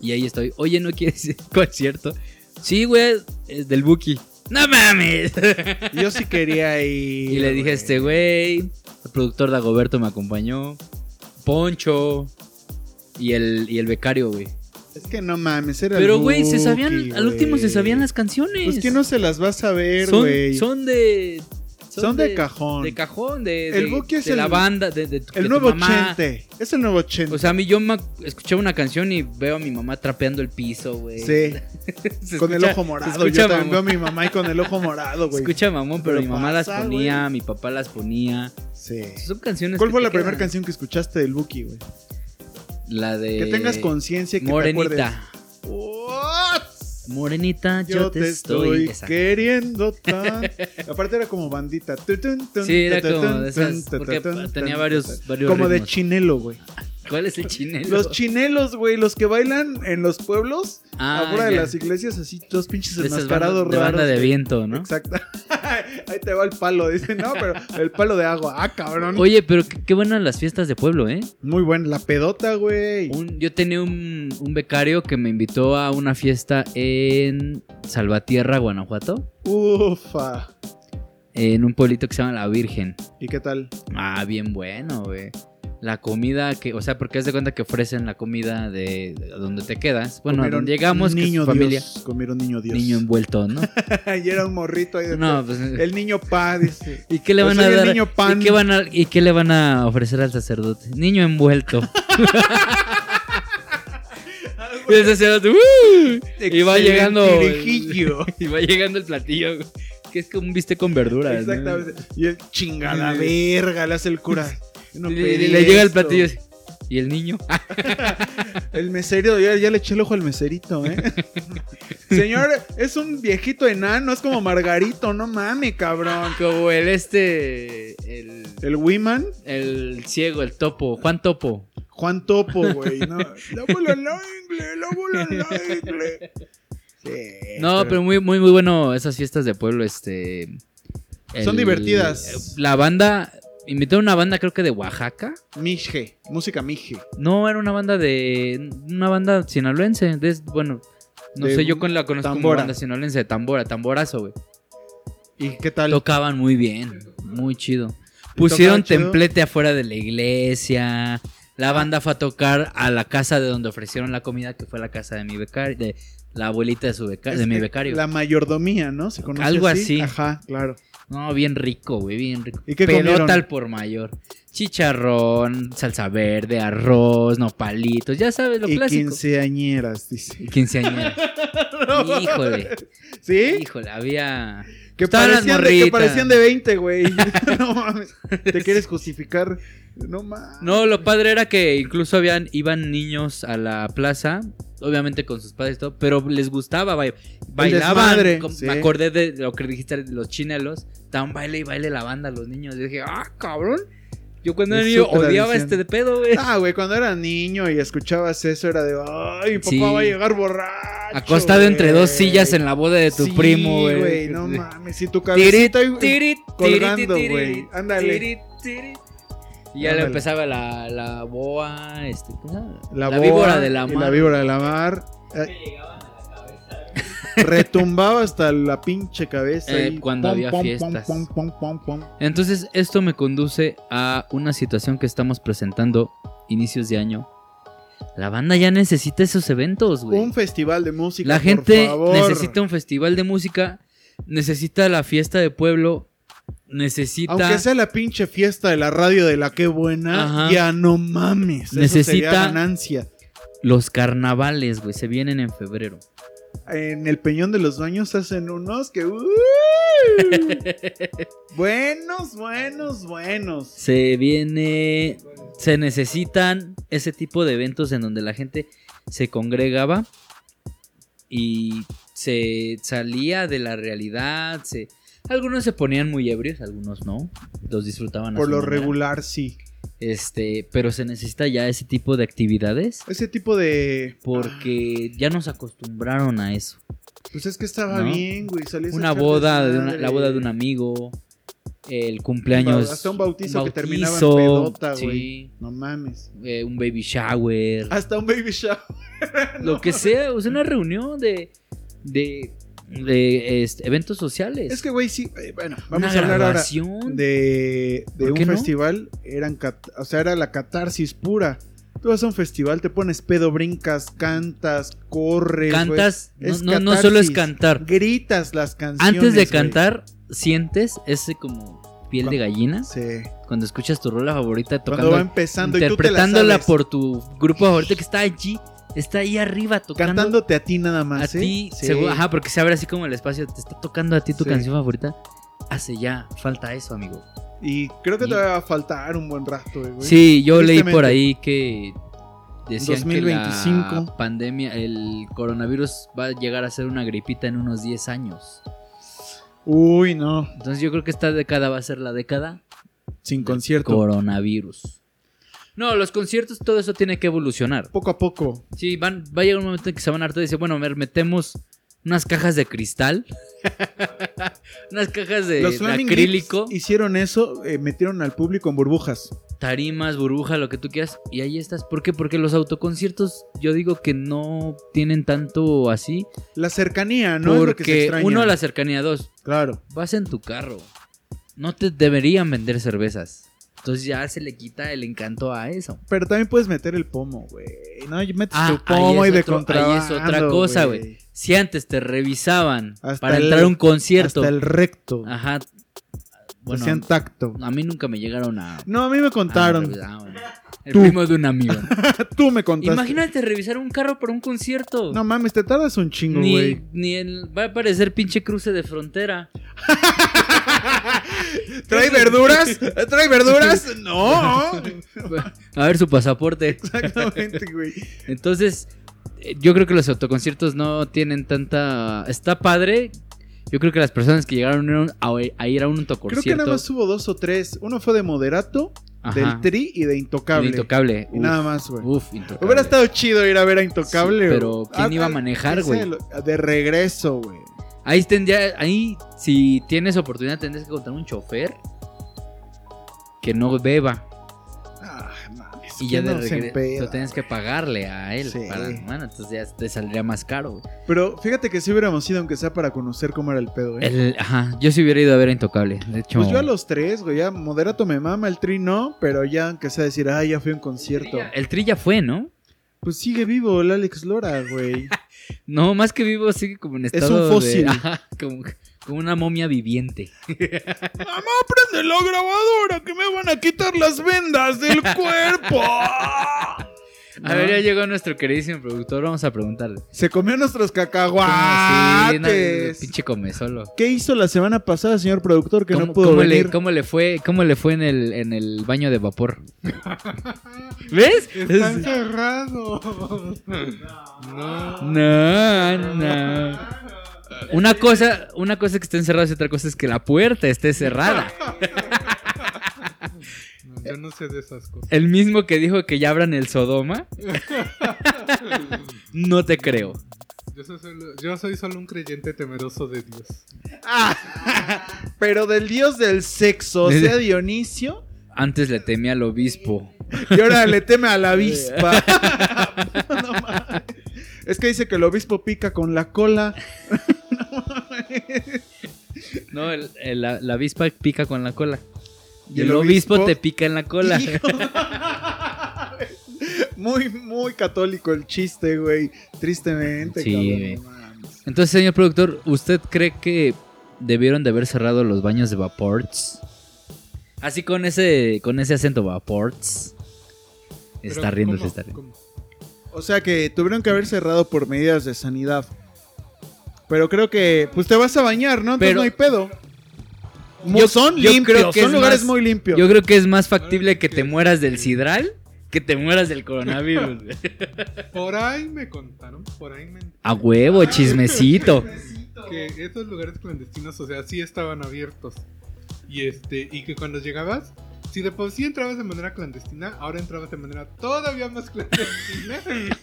[SPEAKER 2] Y ahí estoy. Oye, ¿no quieres ir al concierto? Sí, güey, es del Buki. ¡No mames!
[SPEAKER 1] Y Yo sí quería ir.
[SPEAKER 2] Y le dije
[SPEAKER 1] güey.
[SPEAKER 2] a este güey, el productor Dagoberto me acompañó, Poncho y el, y el becario, güey.
[SPEAKER 1] Es que no mames, era el
[SPEAKER 2] Pero, güey, se
[SPEAKER 1] Buki,
[SPEAKER 2] sabían, al último se
[SPEAKER 1] güey.
[SPEAKER 2] sabían las canciones.
[SPEAKER 1] Pues que no se las vas a ver,
[SPEAKER 2] son,
[SPEAKER 1] güey. Son,
[SPEAKER 2] son de...
[SPEAKER 1] de, cajón.
[SPEAKER 2] De cajón, de,
[SPEAKER 1] El
[SPEAKER 2] de-
[SPEAKER 1] Buki es
[SPEAKER 2] de la
[SPEAKER 1] el-
[SPEAKER 2] banda, de, de tu- de
[SPEAKER 1] el
[SPEAKER 2] tu
[SPEAKER 1] nuevo
[SPEAKER 2] mamá. Pues,
[SPEAKER 1] chente. Es el nuevo chente.
[SPEAKER 2] O sea, a mí yo me escuchaba una canción y veo a mi mamá trapeando el piso, güey.
[SPEAKER 1] sí,
[SPEAKER 2] Se
[SPEAKER 1] con el
[SPEAKER 2] escucha-
[SPEAKER 1] ojo
[SPEAKER 2] se
[SPEAKER 1] morado.
[SPEAKER 2] escucha
[SPEAKER 1] Yo también
[SPEAKER 2] mamón.
[SPEAKER 1] veo a mi mamá y con el ojo morado, güey.
[SPEAKER 2] Escucha mamón, pero,
[SPEAKER 1] Pero
[SPEAKER 2] mi mamá
[SPEAKER 1] pasa,
[SPEAKER 2] las ponía, mi papá las ponía.
[SPEAKER 1] Sí.
[SPEAKER 2] Son canciones.
[SPEAKER 1] ¿Cuál
[SPEAKER 2] que
[SPEAKER 1] fue
[SPEAKER 2] te
[SPEAKER 1] la primera
[SPEAKER 2] quedan.
[SPEAKER 1] canción que escuchaste del Buki, güey?
[SPEAKER 2] La de. Eh,
[SPEAKER 1] Que tengas conciencia y que te acuerdes.
[SPEAKER 2] Morenita.
[SPEAKER 1] What?
[SPEAKER 2] Morenita, yo, te, estoy. Exacto.
[SPEAKER 1] queriendo tan. Aparte era como bandita. Tu, tun, tun,
[SPEAKER 2] Sí, era
[SPEAKER 1] ta, ta,
[SPEAKER 2] como
[SPEAKER 1] tun,
[SPEAKER 2] de esas,
[SPEAKER 1] tun, ta,
[SPEAKER 2] porque
[SPEAKER 1] ta, tun,
[SPEAKER 2] tenía
[SPEAKER 1] tun,
[SPEAKER 2] varios-
[SPEAKER 1] ta, ta.
[SPEAKER 2] varios
[SPEAKER 1] Como de
[SPEAKER 2] ritmos.
[SPEAKER 1] chinelo, güey.
[SPEAKER 2] ¿Cuál es el chinelo?
[SPEAKER 1] Los chinelos, güey, los que bailan en los pueblos,
[SPEAKER 2] Ah,
[SPEAKER 1] afuera de
[SPEAKER 2] ya.
[SPEAKER 1] las iglesias, así, dos pinches
[SPEAKER 2] De esas
[SPEAKER 1] enmascarados
[SPEAKER 2] bandas- de
[SPEAKER 1] raros.
[SPEAKER 2] banda de
[SPEAKER 1] güey.
[SPEAKER 2] viento, ¿no?
[SPEAKER 1] Exacto. Ahí te va el palo, dicen, no, pero el palo de agua. Ah, cabrón.
[SPEAKER 2] Oye, pero qué, qué buenas las fiestas de pueblo, ¿eh?
[SPEAKER 1] Muy buena, la pedota, güey.
[SPEAKER 2] Un- yo tenía un, un becario que me invitó a una fiesta en Salvatierra, Guanajuato,
[SPEAKER 1] Ufa.
[SPEAKER 2] en un pueblito que se llama La Virgen.
[SPEAKER 1] ¿Y qué tal?
[SPEAKER 2] Ah, bien bueno, güey. La comida que, o sea, porque es de cuenta que ofrecen la comida de, de donde te quedas. Bueno, a
[SPEAKER 1] Comieron
[SPEAKER 2] donde llegamos, que es
[SPEAKER 1] niño
[SPEAKER 2] tu familia.
[SPEAKER 1] Dios. Comieron niño Dios.
[SPEAKER 2] Niño envuelto, ¿no?
[SPEAKER 1] y era un morrito ahí. de-
[SPEAKER 2] No, pues.
[SPEAKER 1] El niño pa, dice.
[SPEAKER 2] ¿Y qué le
[SPEAKER 1] Yo
[SPEAKER 2] van
[SPEAKER 1] soy
[SPEAKER 2] a
[SPEAKER 1] el
[SPEAKER 2] dar?
[SPEAKER 1] niño pan.
[SPEAKER 2] ¿Y, qué van a, ¿Y qué le van a ofrecer al sacerdote? Niño envuelto. y el sacerdote, ¡uh! Y va llegando.
[SPEAKER 1] Excelentirijillo.
[SPEAKER 2] Y va llegando el platillo, güey, que es como un bistec con verduras. ¿no?
[SPEAKER 1] Exactamente. Y el chingada verga, le hace el cura. No
[SPEAKER 2] Y le,
[SPEAKER 1] pedí
[SPEAKER 2] le llega el
[SPEAKER 1] esto.
[SPEAKER 2] platillo así, y el niño. Ah,
[SPEAKER 1] El mesero, ya, ya le eché el ojo al meserito, ¿eh? Señor, es un viejito enano, es como Margarito, no mames, cabrón.
[SPEAKER 2] como el este. El,
[SPEAKER 1] El Wiman,
[SPEAKER 2] el ciego, el topo, Juan Topo.
[SPEAKER 1] Juan Topo, güey. No, la bola en la ingle, la bola en la ingle. Sí,
[SPEAKER 2] No, pero muy, muy, muy bueno esas fiestas de pueblo, este.
[SPEAKER 1] Son divertidas.
[SPEAKER 2] La banda. Invitó a una banda, creo que de Oaxaca.
[SPEAKER 1] Mije, música Mije.
[SPEAKER 2] No, era una banda de. Una banda sinaloense. de- bueno, no
[SPEAKER 1] De
[SPEAKER 2] sé, yo con la conozco
[SPEAKER 1] tambora.
[SPEAKER 2] como banda sinaloense de tambora, tamborazo, güey.
[SPEAKER 1] ¿Y qué tal?
[SPEAKER 2] Tocaban muy bien, muy chido. Pusieron
[SPEAKER 1] chido?
[SPEAKER 2] templete afuera de la iglesia. La banda fue a tocar a la casa de donde ofrecieron la comida, que fue la casa de mi becario, de la abuelita de su beca- de
[SPEAKER 1] Es
[SPEAKER 2] mi
[SPEAKER 1] que
[SPEAKER 2] becario.
[SPEAKER 1] La mayordomía, ¿no? ¿Se conoce
[SPEAKER 2] Algo así.
[SPEAKER 1] Ajá, claro.
[SPEAKER 2] No, bien rico, güey, bien rico.
[SPEAKER 1] ¿Y qué
[SPEAKER 2] Pelota
[SPEAKER 1] comieron?
[SPEAKER 2] al por mayor. Chicharrón, salsa verde, arroz, nopalitos, ya sabes lo
[SPEAKER 1] y
[SPEAKER 2] clásico.
[SPEAKER 1] quinceañeras, dice.
[SPEAKER 2] Y quinceañera. Híjole,
[SPEAKER 1] ¿Sí?
[SPEAKER 2] híjole, había.
[SPEAKER 1] Que
[SPEAKER 2] Estaban las
[SPEAKER 1] parecían, de, que
[SPEAKER 2] morritas.
[SPEAKER 1] parecían de 20, güey. no mames. Te quieres justificar. No mames.
[SPEAKER 2] No, lo padre era que incluso habían, iban niños a la plaza, obviamente con sus padres y todo, pero les gustaba, ba- bailaban.
[SPEAKER 1] desmadre,
[SPEAKER 2] com-
[SPEAKER 1] sí.
[SPEAKER 2] Me acordé de lo que dijiste de los chinelos, estaban baile y baile la banda los niños. Yo dije, ah, cabrón. Yo cuando
[SPEAKER 1] Es
[SPEAKER 2] era niño
[SPEAKER 1] su
[SPEAKER 2] odiaba
[SPEAKER 1] tradición.
[SPEAKER 2] este de pedo, güey.
[SPEAKER 1] Ah, güey, cuando era niño y escuchabas eso era de, ay, papá
[SPEAKER 2] Sí.
[SPEAKER 1] va a llegar borracho.
[SPEAKER 2] Acostado
[SPEAKER 1] güey.
[SPEAKER 2] entre dos sillas en la boda de tu
[SPEAKER 1] Sí,
[SPEAKER 2] primo, güey.
[SPEAKER 1] No
[SPEAKER 2] Sí.
[SPEAKER 1] mames, si tu
[SPEAKER 2] Tiri,
[SPEAKER 1] cabecita y-
[SPEAKER 2] tiri,
[SPEAKER 1] colgando,
[SPEAKER 2] tiri,
[SPEAKER 1] güey.
[SPEAKER 2] tiri,
[SPEAKER 1] Ándale.
[SPEAKER 2] tiri, tiri. Y ya le
[SPEAKER 1] Ándale.
[SPEAKER 2] empezaba la, la boa, este, ¿cómo se llama?
[SPEAKER 1] la, boa
[SPEAKER 2] víbora de la
[SPEAKER 1] y
[SPEAKER 2] mar.
[SPEAKER 1] La víbora de la mar. eh, Retumbaba hasta la pinche cabeza.
[SPEAKER 2] Eh,
[SPEAKER 1] y
[SPEAKER 2] cuando había fiestas. Entonces, esto me conduce a una situación que estamos presentando inicios de año. La banda ya necesita esos eventos, güey.
[SPEAKER 1] Un festival de música.
[SPEAKER 2] La
[SPEAKER 1] por
[SPEAKER 2] gente
[SPEAKER 1] favor.
[SPEAKER 2] necesita un festival de música, necesita la fiesta de pueblo, necesita...
[SPEAKER 1] Aunque sea la pinche fiesta de la radio de la que buena,
[SPEAKER 2] Ajá.
[SPEAKER 1] ya no mames. Necesita. Eso sería
[SPEAKER 2] Necesita-
[SPEAKER 1] ganancia.
[SPEAKER 2] Los carnavales, güey, se vienen en febrero.
[SPEAKER 1] En el Peñón de los Baños hacen unos que. ¡uh! buenos, buenos, buenos.
[SPEAKER 2] Se viene. Se necesitan ese tipo de eventos en donde la gente se congregaba y se salía de la realidad. se- Algunos se ponían muy ebrios, algunos no. Los disfrutaban a
[SPEAKER 1] Por
[SPEAKER 2] su
[SPEAKER 1] lo
[SPEAKER 2] manera.
[SPEAKER 1] regular, sí.
[SPEAKER 2] Este, pero se necesita ya ese tipo de actividades
[SPEAKER 1] Ese tipo de. ah,
[SPEAKER 2] porque ya nos acostumbraron a eso.
[SPEAKER 1] Pues es que estaba
[SPEAKER 2] ¿No?
[SPEAKER 1] bien, güey. salías a
[SPEAKER 2] Una
[SPEAKER 1] echar
[SPEAKER 2] boda, de una-
[SPEAKER 1] desmadre.
[SPEAKER 2] la boda de un amigo, el cumpleaños.
[SPEAKER 1] Hasta un bautizo que terminaba en pedota, güey. No mames.
[SPEAKER 2] eh, un baby shower,
[SPEAKER 1] Hasta un baby shower. Ah,
[SPEAKER 2] lo que sea, o sea, una reunión de, de, de, este, eventos sociales.
[SPEAKER 1] Es que, güey, sí. eh, Bueno,
[SPEAKER 2] una
[SPEAKER 1] vamos a hablar ahora.
[SPEAKER 2] graduación.
[SPEAKER 1] de, de
[SPEAKER 2] ¿Por
[SPEAKER 1] un
[SPEAKER 2] qué no?
[SPEAKER 1] festival eran cat- o sea era la catarsis pura tú vas a un festival te pones pedo brincas cantas corres güey.
[SPEAKER 2] Cantas, no,
[SPEAKER 1] pues, Es
[SPEAKER 2] no, no solo es
[SPEAKER 1] catarsis.
[SPEAKER 2] cantar.
[SPEAKER 1] gritas las canciones
[SPEAKER 2] Antes de
[SPEAKER 1] güey.
[SPEAKER 2] cantar, sientes ese como piel de
[SPEAKER 1] Cuando-
[SPEAKER 2] gallina
[SPEAKER 1] Sí.
[SPEAKER 2] cuando escuchas tu rola favorita
[SPEAKER 1] cuando va
[SPEAKER 2] tocando,
[SPEAKER 1] empezando y tú te la
[SPEAKER 2] interpretándola
[SPEAKER 1] sabes,
[SPEAKER 2] por tu grupo favorito que está allí, está ahí arriba tocando.
[SPEAKER 1] cantándote a ti nada
[SPEAKER 2] a
[SPEAKER 1] más ¿eh?
[SPEAKER 2] ti,
[SPEAKER 1] Sí.
[SPEAKER 2] seguro- ajá, porque se abre así como el espacio, te está tocando a ti tu
[SPEAKER 1] Sí.
[SPEAKER 2] canción favorita. Hace ya falta eso, amigo.
[SPEAKER 1] y creo que te
[SPEAKER 2] Sí.
[SPEAKER 1] va a faltar un buen rato eh, güey.
[SPEAKER 2] Sí, yo leí por
[SPEAKER 1] Tristemente.
[SPEAKER 2] ahí que Decían 2025. que la pandemia, el coronavirus va a llegar a ser una gripita en unos 10 años.
[SPEAKER 1] Uy, no.
[SPEAKER 2] Entonces yo creo que esta década va a ser la década
[SPEAKER 1] Sin concierto.
[SPEAKER 2] coronavirus. No, los conciertos, todo eso tiene que evolucionar.
[SPEAKER 1] Poco a poco.
[SPEAKER 2] Sí, van, va a llegar un momento en que se van a hartar y dicen, bueno, a ver, metemos unas cajas de cristal, unas cajas de,
[SPEAKER 1] Los
[SPEAKER 2] de
[SPEAKER 1] Flaming
[SPEAKER 2] acrílico,
[SPEAKER 1] Lips hicieron eso, eh, metieron al público en burbujas.
[SPEAKER 2] tarimas, burbuja, lo que tú quieras, y ahí estás. ¿Por qué? Porque los autoconciertos, yo digo que no tienen tanto así,
[SPEAKER 1] La cercanía, ¿no? es lo que se
[SPEAKER 2] porque
[SPEAKER 1] extraña.
[SPEAKER 2] uno, la cercanía, dos,
[SPEAKER 1] Claro.
[SPEAKER 2] vas en tu carro, no te deberían vender cervezas. Entonces ya se le quita el encanto a eso.
[SPEAKER 1] Pero también puedes meter el pomo, güey. No, Y metes
[SPEAKER 2] Ah,
[SPEAKER 1] tu pomo y
[SPEAKER 2] ahí es
[SPEAKER 1] de
[SPEAKER 2] otro-
[SPEAKER 1] contrabando.
[SPEAKER 2] ahí es otra cosa, güey. Si antes te revisaban
[SPEAKER 1] Hasta
[SPEAKER 2] para
[SPEAKER 1] el-
[SPEAKER 2] entrar a un concierto,
[SPEAKER 1] Hasta el recto.
[SPEAKER 2] ajá, Ah, bueno,
[SPEAKER 1] Hacían tacto.
[SPEAKER 2] a mí nunca me llegaron a
[SPEAKER 1] No, a mí me
[SPEAKER 2] Ah,
[SPEAKER 1] contaron.
[SPEAKER 2] revi- ah, bueno. El
[SPEAKER 1] Tú.
[SPEAKER 2] primo de un amigo. Ah,
[SPEAKER 1] Tú me contaste.
[SPEAKER 2] Imagínate revisar un carro para un concierto.
[SPEAKER 1] No mames, te tardas un chingo,
[SPEAKER 2] ni,
[SPEAKER 1] güey.
[SPEAKER 2] ni el- va a parecer pinche cruce de frontera.
[SPEAKER 1] ¿Trae verduras? ¿Trae verduras? No.
[SPEAKER 2] A ver su pasaporte.
[SPEAKER 1] Exactamente, güey.
[SPEAKER 2] Entonces, eh, yo creo que los autoconciertos no tienen tanta. Está padre. Yo creo que las personas que llegaron a, a ir a un autoconcierto.
[SPEAKER 1] Creo que nada más hubo dos o tres. Uno fue de Moderato,
[SPEAKER 2] Ajá,
[SPEAKER 1] del Tri y de Intocable.
[SPEAKER 2] de Intocable.
[SPEAKER 1] Y
[SPEAKER 2] Uf,
[SPEAKER 1] nada más, güey.
[SPEAKER 2] Uf, intocable.
[SPEAKER 1] Hubiera estado chido ir a ver a Intocable,
[SPEAKER 2] Sí,
[SPEAKER 1] güey. Ah,
[SPEAKER 2] pero ¿quién iba a manejar,
[SPEAKER 1] ese
[SPEAKER 2] güey?
[SPEAKER 1] lo- De regreso, güey.
[SPEAKER 2] Ahí tendría, ahí si tienes oportunidad tendrías que encontrar un chofer que no beba
[SPEAKER 1] Ah, mames.
[SPEAKER 2] y ya
[SPEAKER 1] ¿quién
[SPEAKER 2] de
[SPEAKER 1] no se empeda?
[SPEAKER 2] regreso tienes que pagarle a él
[SPEAKER 1] Sí.
[SPEAKER 2] para bueno, entonces ya te saldría más caro. güey.
[SPEAKER 1] Pero fíjate que si hubiéramos ido, aunque sea para conocer cómo era el pedo, ¿eh?
[SPEAKER 2] El- ajá, yo sí hubiera ido a ver a Intocable, de hecho.
[SPEAKER 1] Pues yo a los tres, güey, ya moderato me mama, el tri no, pero ya aunque sea decir, ah, ya fui a un concierto.
[SPEAKER 2] El Tri ya fue, ¿no?
[SPEAKER 1] Pues sigue vivo el Alex Lora, güey.
[SPEAKER 2] No, más que vivo sigue como en
[SPEAKER 1] un
[SPEAKER 2] estado de-
[SPEAKER 1] fósil.
[SPEAKER 2] ajá, como, como una momia viviente.
[SPEAKER 1] ¡Mamá, prende la grabadora que me van a quitar las vendas del cuerpo!
[SPEAKER 2] A ver, ya llegó nuestro queridísimo productor, vamos a preguntarle.
[SPEAKER 1] Se comió nuestros
[SPEAKER 2] Sí, no,
[SPEAKER 1] cacahuates.
[SPEAKER 2] pinche come solo.
[SPEAKER 1] ¿Qué hizo la semana pasada, señor productor, que no
[SPEAKER 2] ¿Cómo-
[SPEAKER 1] pudo
[SPEAKER 2] cómo
[SPEAKER 1] venir?
[SPEAKER 2] Le, ¿Cómo le fue, cómo le fue en, el, en el baño de vapor? ¿Ves?
[SPEAKER 1] Están
[SPEAKER 2] Es-
[SPEAKER 1] cerrados.
[SPEAKER 2] No, no. Una cosa, una cosa es que estén cerrados y otra cosa es que la puerta esté cerrada.
[SPEAKER 3] No, yo no sé de esas cosas.
[SPEAKER 2] El mismo que dijo que ya abran el Sodoma. No te creo.
[SPEAKER 3] Yo soy, solo, yo soy solo un creyente temeroso de Dios.
[SPEAKER 1] Ah, pero del dios del sexo, o sea, Dionisio,
[SPEAKER 2] Antes le temía al obispo.
[SPEAKER 1] y ahora le teme a la avispa. No mames. es que dice que el obispo pica con la cola.
[SPEAKER 2] No, el- el- la, la avispa pica con la cola.
[SPEAKER 1] ¿Y
[SPEAKER 2] Y
[SPEAKER 1] el
[SPEAKER 2] el obispo
[SPEAKER 1] obispo?
[SPEAKER 2] te pica en la cola.
[SPEAKER 1] Hijo. Muy, muy católico el chiste, güey. Tristemente,
[SPEAKER 2] Sí,
[SPEAKER 1] cabrón,
[SPEAKER 2] güey.
[SPEAKER 1] no mames.
[SPEAKER 2] Entonces, señor productor, ¿usted cree que debieron de haber cerrado los baños de Vaports? Así con ese con ese acento Vaports. Está
[SPEAKER 3] Pero,
[SPEAKER 2] riendo,
[SPEAKER 3] ¿cómo?
[SPEAKER 2] se está riendo.
[SPEAKER 3] ¿Cómo?
[SPEAKER 1] O sea que tuvieron que haber cerrado por medidas de sanidad. Pero creo que, pues te vas a bañar, ¿no? Entonces
[SPEAKER 2] Pero-
[SPEAKER 1] no hay pedo.
[SPEAKER 2] Yo-
[SPEAKER 1] son
[SPEAKER 2] yo
[SPEAKER 1] limpios,
[SPEAKER 2] creo que
[SPEAKER 1] son
[SPEAKER 2] es
[SPEAKER 1] lugares
[SPEAKER 2] más-
[SPEAKER 1] muy limpios.
[SPEAKER 2] Yo creo que es más factible que te mueras del sidral que te mueras del coronavirus. güey.
[SPEAKER 3] Por ahí me contaron, por ahí me
[SPEAKER 2] A huevo, chismecito.
[SPEAKER 3] que esos lugares clandestinos, o sea, sí estaban abiertos. Y este, y que cuando llegabas, si de por sí entrabas de manera clandestina, ahora entrabas de manera todavía más clandestina.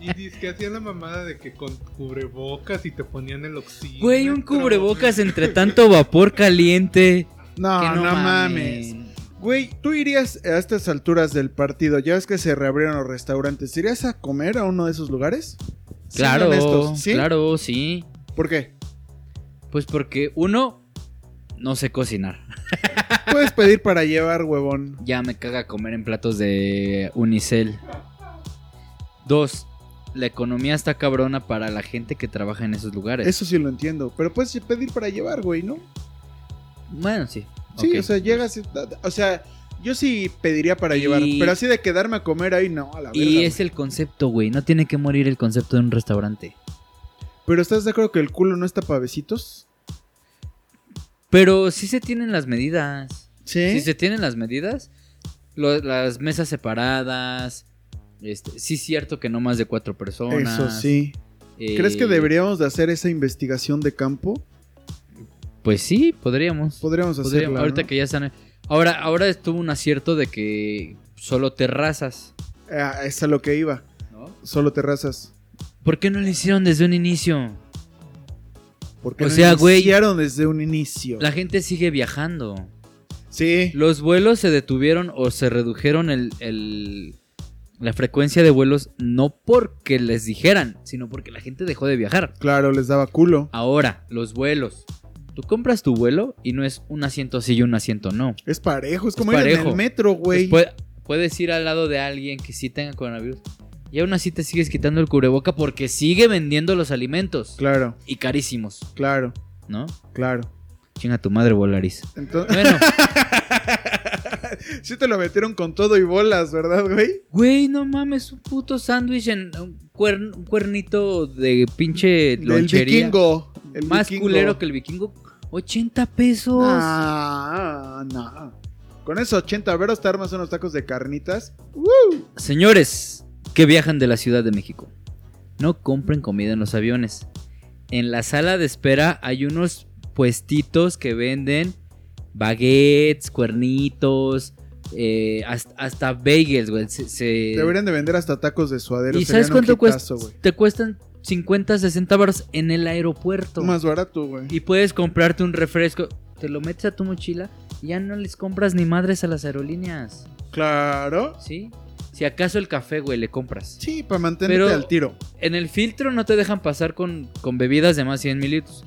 [SPEAKER 3] y dice que hacían la mamada de que con cubrebocas y te ponían el oxígeno.
[SPEAKER 2] Güey, un cubrebocas entre tanto vapor caliente.
[SPEAKER 1] no,
[SPEAKER 2] que
[SPEAKER 1] Ah, no, mames.
[SPEAKER 2] mamen.
[SPEAKER 1] Güey, tú irías a estas alturas del partido, ya ves que se reabrieron los restaurantes, ¿irías a comer a uno de esos lugares?
[SPEAKER 2] Claro,
[SPEAKER 1] Siendo honestos, ¿sí?
[SPEAKER 2] claro, sí.
[SPEAKER 1] ¿Por qué?
[SPEAKER 2] Pues porque uno no sé cocinar.
[SPEAKER 1] Puedes pedir para llevar, huevón.
[SPEAKER 2] Ya me caga comer en platos de Unicel. Dos, la economía está cabrona para la gente que trabaja en esos lugares.
[SPEAKER 1] Eso sí lo entiendo, pero puedes pedir para llevar, güey, ¿no?
[SPEAKER 2] Bueno, sí.
[SPEAKER 1] Sí,
[SPEAKER 2] ok.
[SPEAKER 1] o sea, llegas, y- o sea, yo sí pediría para
[SPEAKER 2] Y-
[SPEAKER 1] llevar, pero así de quedarme a comer ahí, no, a la
[SPEAKER 2] Y
[SPEAKER 1] verdad.
[SPEAKER 2] es el concepto, güey. No tiene que morir el concepto de un restaurante.
[SPEAKER 1] Pero ¿estás de acuerdo que el culo no está para besitos?
[SPEAKER 2] Pero sí se tienen las medidas.
[SPEAKER 1] Sí.
[SPEAKER 2] Si se tienen las medidas, lo- las mesas separadas, Este, sí es cierto que no más de cuatro personas.
[SPEAKER 1] Eso sí.
[SPEAKER 2] eh,
[SPEAKER 1] ¿Crees que deberíamos de hacer esa investigación de campo?
[SPEAKER 2] Pues sí, podríamos.
[SPEAKER 1] Podríamos
[SPEAKER 2] Podría-
[SPEAKER 1] hacerla.
[SPEAKER 2] ahorita
[SPEAKER 1] ¿no?
[SPEAKER 2] que ya están. Ahora, ahora estuvo un acierto de que solo terrazas.
[SPEAKER 1] Ah, es a lo que iba.
[SPEAKER 2] ¿no?
[SPEAKER 1] Solo terrazas.
[SPEAKER 2] ¿Por qué no lo hicieron desde un inicio?
[SPEAKER 1] Porque
[SPEAKER 2] O sea, güey.
[SPEAKER 1] iniciaron desde un inicio.
[SPEAKER 2] La gente sigue viajando.
[SPEAKER 1] Sí.
[SPEAKER 2] Los vuelos se detuvieron o se redujeron el, el- la frecuencia de vuelos no porque les dijeran, sino porque la gente dejó de viajar.
[SPEAKER 1] Claro, les daba culo.
[SPEAKER 2] Ahora, los vuelos. Tú compras tu vuelo y no es un asiento sí y un asiento no.
[SPEAKER 1] Es parejo, es como
[SPEAKER 2] Es
[SPEAKER 1] ir en
[SPEAKER 2] parejo.
[SPEAKER 1] el metro, güey.
[SPEAKER 2] Pues pue- puedes ir al lado de alguien que sí tenga coronavirus y aún así te sigues quitando el cubreboca porque sigue vendiendo los alimentos.
[SPEAKER 1] Claro,
[SPEAKER 2] Y carísimos,
[SPEAKER 1] claro,
[SPEAKER 2] ¿no?
[SPEAKER 1] claro.
[SPEAKER 2] Chinga tu madre, Volaris.
[SPEAKER 1] Entonces,
[SPEAKER 2] Bueno,
[SPEAKER 1] sí te lo metieron con todo y bolas, ¿verdad, güey?
[SPEAKER 2] güey, no mames, un puto sándwich en un, cuern- un cuernito de pinche
[SPEAKER 1] El
[SPEAKER 2] lonchería.
[SPEAKER 1] vikingo. El
[SPEAKER 2] Más
[SPEAKER 1] vikingo.
[SPEAKER 2] culero que el vikingo. 80 pesos.
[SPEAKER 1] Ah, no. Con esos 80 veros te armas unos tacos de carnitas.
[SPEAKER 2] Señores que viajan de la Ciudad de México, no compren comida en los aviones. En la sala de espera hay unos puestitos que venden baguettes, cuernitos, eh, hasta, hasta bagels, güey. Se- se-
[SPEAKER 1] Deberían de vender hasta tacos de suadero.
[SPEAKER 2] Eh. ¿Y
[SPEAKER 1] serían
[SPEAKER 2] sabes cuánto
[SPEAKER 1] un hitazo,
[SPEAKER 2] cuesta?
[SPEAKER 1] güey.
[SPEAKER 2] Te cuestan 50, 60 baros en el aeropuerto.
[SPEAKER 1] Más barato, güey.
[SPEAKER 2] Y puedes comprarte un refresco. Te lo metes a tu mochila y ya no les compras ni madres a las aerolíneas.
[SPEAKER 1] Claro.
[SPEAKER 2] ¿Sí? Si acaso el café, güey, le compras.
[SPEAKER 1] Sí, para mantenerte
[SPEAKER 2] Pero-
[SPEAKER 1] al tiro.
[SPEAKER 2] En el filtro no te dejan pasar con, con bebidas de más 100 mililitros.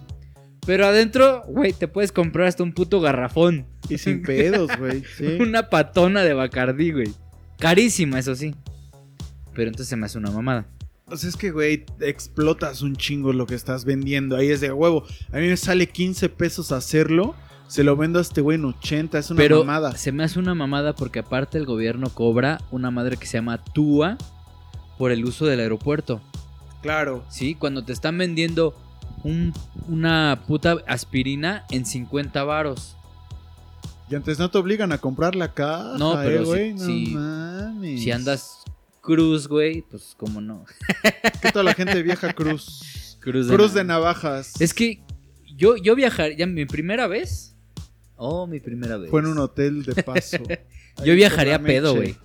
[SPEAKER 2] Pero adentro, güey, te puedes comprar hasta un puto garrafón.
[SPEAKER 1] Y sin pedos, güey. Sí.
[SPEAKER 2] Una patona de Bacardí, güey. Carísima, eso sí. Pero entonces se me hace una mamada.
[SPEAKER 1] Pues es que, güey, explotas un chingo lo que estás vendiendo. Ahí es de huevo. A mí me sale 15 pesos hacerlo. Se lo vendo a este güey en 80. Es una
[SPEAKER 2] Pero
[SPEAKER 1] mamada.
[SPEAKER 2] se me hace una mamada porque aparte el gobierno cobra una madre que se llama TUA por el uso del aeropuerto.
[SPEAKER 1] Claro.
[SPEAKER 2] ¿Sí? Cuando te están vendiendo un- una puta aspirina en 50 varos.
[SPEAKER 1] Y antes no te obligan a comprar la caja.
[SPEAKER 2] No,
[SPEAKER 1] eh,
[SPEAKER 2] pero si-
[SPEAKER 1] güey. no
[SPEAKER 2] si-
[SPEAKER 1] mames.
[SPEAKER 2] Si andas cruz, güey, pues como no.
[SPEAKER 1] Que toda la gente viaja cruz.
[SPEAKER 2] Cruz
[SPEAKER 1] cruz de
[SPEAKER 2] nada.
[SPEAKER 1] navajas.
[SPEAKER 2] Es que yo, yo viajar, ya mi primera vez. Oh, mi primera vez.
[SPEAKER 1] Fue en un hotel de paso.
[SPEAKER 2] Yo
[SPEAKER 1] Ahí
[SPEAKER 2] viajaría a
[SPEAKER 1] con la
[SPEAKER 2] pedo,
[SPEAKER 1] Meche.
[SPEAKER 2] güey.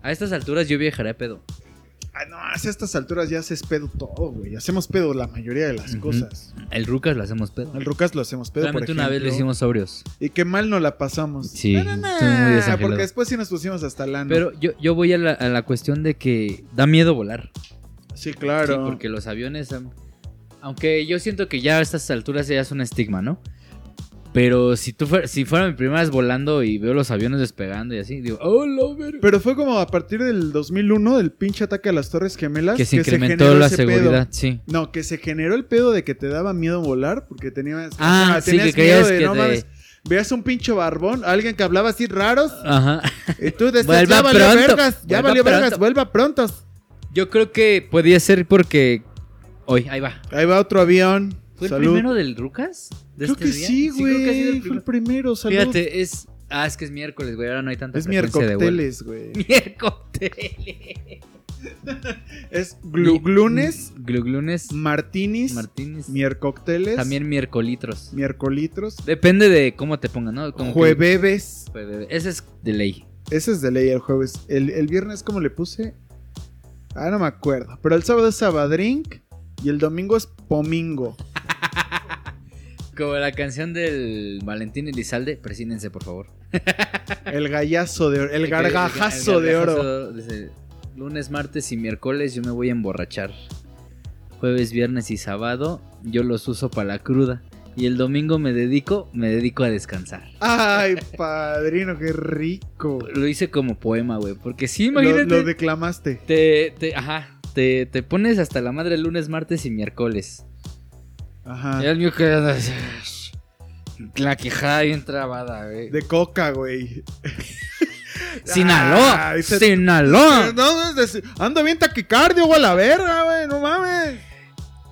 [SPEAKER 2] A estas alturas yo viajaría a pedo.
[SPEAKER 1] Ah, no, a estas alturas ya haces pedo todo, güey. Hacemos pedo la mayoría de las
[SPEAKER 2] Ujú.
[SPEAKER 1] cosas.
[SPEAKER 2] El Rucas lo hacemos pedo.
[SPEAKER 1] Al Rucas lo hacemos pedo. por
[SPEAKER 2] Solamente una vez lo
[SPEAKER 1] ejemplo.
[SPEAKER 2] hicimos sobrios.
[SPEAKER 1] Y qué mal no la pasamos.
[SPEAKER 2] Sí,
[SPEAKER 1] No, no, no,
[SPEAKER 2] estuvo muy desangelado.
[SPEAKER 1] Porque después sí nos pusimos hasta lana.
[SPEAKER 2] Pero yo, yo voy a la, a la cuestión de que da miedo volar.
[SPEAKER 1] sí, claro.
[SPEAKER 2] Sí, porque los aviones. am- Aunque yo siento que ya a estas alturas ya es un estigma, ¿no? Pero si tú fuer- si fuera mi primera vez volando y veo los aviones despegando y así, digo, ¡oh, lo verga!
[SPEAKER 1] Pero fue como a partir del 2001, del pinche ataque a las Torres Gemelas.
[SPEAKER 2] Que se incrementó
[SPEAKER 1] generó
[SPEAKER 2] la
[SPEAKER 1] ese pedo.
[SPEAKER 2] seguridad, sí.
[SPEAKER 1] No, que se generó el pedo de que te daba miedo volar porque tenías,
[SPEAKER 2] Ah,
[SPEAKER 1] o sea,
[SPEAKER 2] sí,
[SPEAKER 1] tenías
[SPEAKER 2] que creías
[SPEAKER 1] de,
[SPEAKER 2] que
[SPEAKER 1] no
[SPEAKER 2] te-
[SPEAKER 1] mames, veías un pinche barbón, alguien que hablaba así raros
[SPEAKER 2] Ajá.
[SPEAKER 1] y tú decías,
[SPEAKER 2] Vuelva
[SPEAKER 1] ya valió
[SPEAKER 2] pronto,
[SPEAKER 1] vergas, ya
[SPEAKER 2] vuelva
[SPEAKER 1] valió vergas,
[SPEAKER 2] pronto.
[SPEAKER 1] vuelva pronto.
[SPEAKER 2] Yo creo que podía ser porque. Hoy, ahí va.
[SPEAKER 1] Ahí va otro avión.
[SPEAKER 2] ¿Fue
[SPEAKER 1] Salud.
[SPEAKER 2] el primero del Rucas? ¿De
[SPEAKER 1] Creo
[SPEAKER 2] este
[SPEAKER 1] que
[SPEAKER 2] día?
[SPEAKER 1] sí,
[SPEAKER 2] creo
[SPEAKER 1] güey.
[SPEAKER 2] que ha sido el
[SPEAKER 1] fue el
[SPEAKER 2] primero.
[SPEAKER 1] primero, salud.
[SPEAKER 2] Fíjate, es. Ah, es que es miércoles, güey. Ahora no hay tanta
[SPEAKER 1] es
[SPEAKER 2] frecuencia de vuelo.
[SPEAKER 1] miércoles, güey.
[SPEAKER 2] Miércoles.
[SPEAKER 1] Es gluglunes,
[SPEAKER 2] Gluglunes.
[SPEAKER 1] martinis,
[SPEAKER 2] Martínez.
[SPEAKER 1] miercocteles,
[SPEAKER 2] También miércolitros.
[SPEAKER 1] miercolitros,
[SPEAKER 2] Depende de cómo te pongan, ¿no? Como que-
[SPEAKER 1] jueves.
[SPEAKER 2] Jueves. Ese es de ley.
[SPEAKER 1] Ese es de ley el jueves. El, el viernes, ¿cómo le puse? Ah, no me acuerdo. Pero el sábado es sabadrink y el domingo es pomingo.
[SPEAKER 2] Como la canción del Valentín Elizalde, presínense, por favor.
[SPEAKER 1] El gallazo de oro, el gargajazo
[SPEAKER 2] El
[SPEAKER 1] de oro.
[SPEAKER 2] gargajazo dice, lunes, martes y miércoles yo me voy a emborrachar. Jueves, viernes y sábado yo los uso para la cruda. Y el domingo me dedico, me dedico a descansar.
[SPEAKER 1] Ay, padrino, qué rico.
[SPEAKER 2] Lo hice como poema, güey. Porque sí,
[SPEAKER 1] Lo,
[SPEAKER 2] imagínate.
[SPEAKER 1] lo declamaste.
[SPEAKER 2] te, te- ajá, te, te pones hasta la madre lunes, martes y miércoles.
[SPEAKER 1] Ajá.
[SPEAKER 2] Y el mío que... La quejada bien trabada, güey.
[SPEAKER 1] De coca, güey.
[SPEAKER 2] ¡Sinaloa!
[SPEAKER 1] Ay, se-
[SPEAKER 2] ¡Sinaloa!
[SPEAKER 1] ah, No, no, es de- ando bien taquicardio, güey, a la verga, güey, no mames.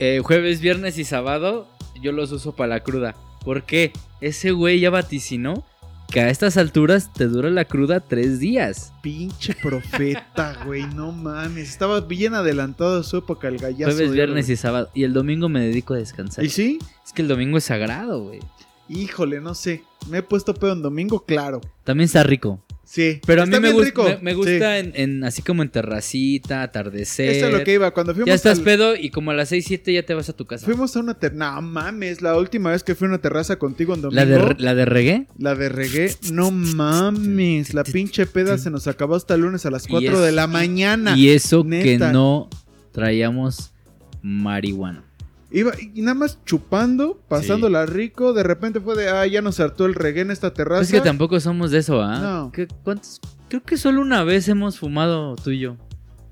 [SPEAKER 2] Eh, jueves, viernes y sábado yo los uso para la cruda. ¿Por qué? Ese güey ya vaticinó que a estas alturas te dura la cruda tres días.
[SPEAKER 1] Pinche profeta, güey, no mames. Estaba bien adelantado a su época el gallazo.
[SPEAKER 2] Jueves,
[SPEAKER 1] de
[SPEAKER 2] viernes
[SPEAKER 1] oro.
[SPEAKER 2] y sábado. Y el domingo me dedico a descansar.
[SPEAKER 1] ¿Y sí?
[SPEAKER 2] Es que el domingo es sagrado, güey.
[SPEAKER 1] Híjole, no sé. Me he puesto pedo en domingo, claro.
[SPEAKER 2] También está rico.
[SPEAKER 1] Sí.
[SPEAKER 2] Pero a
[SPEAKER 1] Está
[SPEAKER 2] mí me,
[SPEAKER 1] bien
[SPEAKER 2] gust-
[SPEAKER 1] rico.
[SPEAKER 2] me, me
[SPEAKER 1] Sí.
[SPEAKER 2] gusta en, en- así como en terracita, atardecer.
[SPEAKER 1] Eso es lo que iba. Cuando fuimos
[SPEAKER 2] ya estás
[SPEAKER 1] al-
[SPEAKER 2] pedo y como a las 6, 7 ya te vas a tu casa.
[SPEAKER 1] Fuimos a una terraza. No mames, la última vez que fui a una terraza contigo en domingo.
[SPEAKER 2] ¿La de, re- ¿La de reggae?
[SPEAKER 1] La de reggae, no mames, la pinche peda se nos acabó hasta el lunes a las
[SPEAKER 2] Y
[SPEAKER 1] 4
[SPEAKER 2] es-
[SPEAKER 1] de la mañana.
[SPEAKER 2] Y eso
[SPEAKER 1] neta.
[SPEAKER 2] que no traíamos marihuana.
[SPEAKER 1] Iba, y nada más chupando, pasándola rico, de repente fue de, ah, ya nos hartó el reggae en esta terraza.
[SPEAKER 2] Es que tampoco somos de eso, ¿ah?
[SPEAKER 1] No.
[SPEAKER 2] ¿Qué- ¿Cuántos? Creo que solo una vez hemos fumado tú y yo.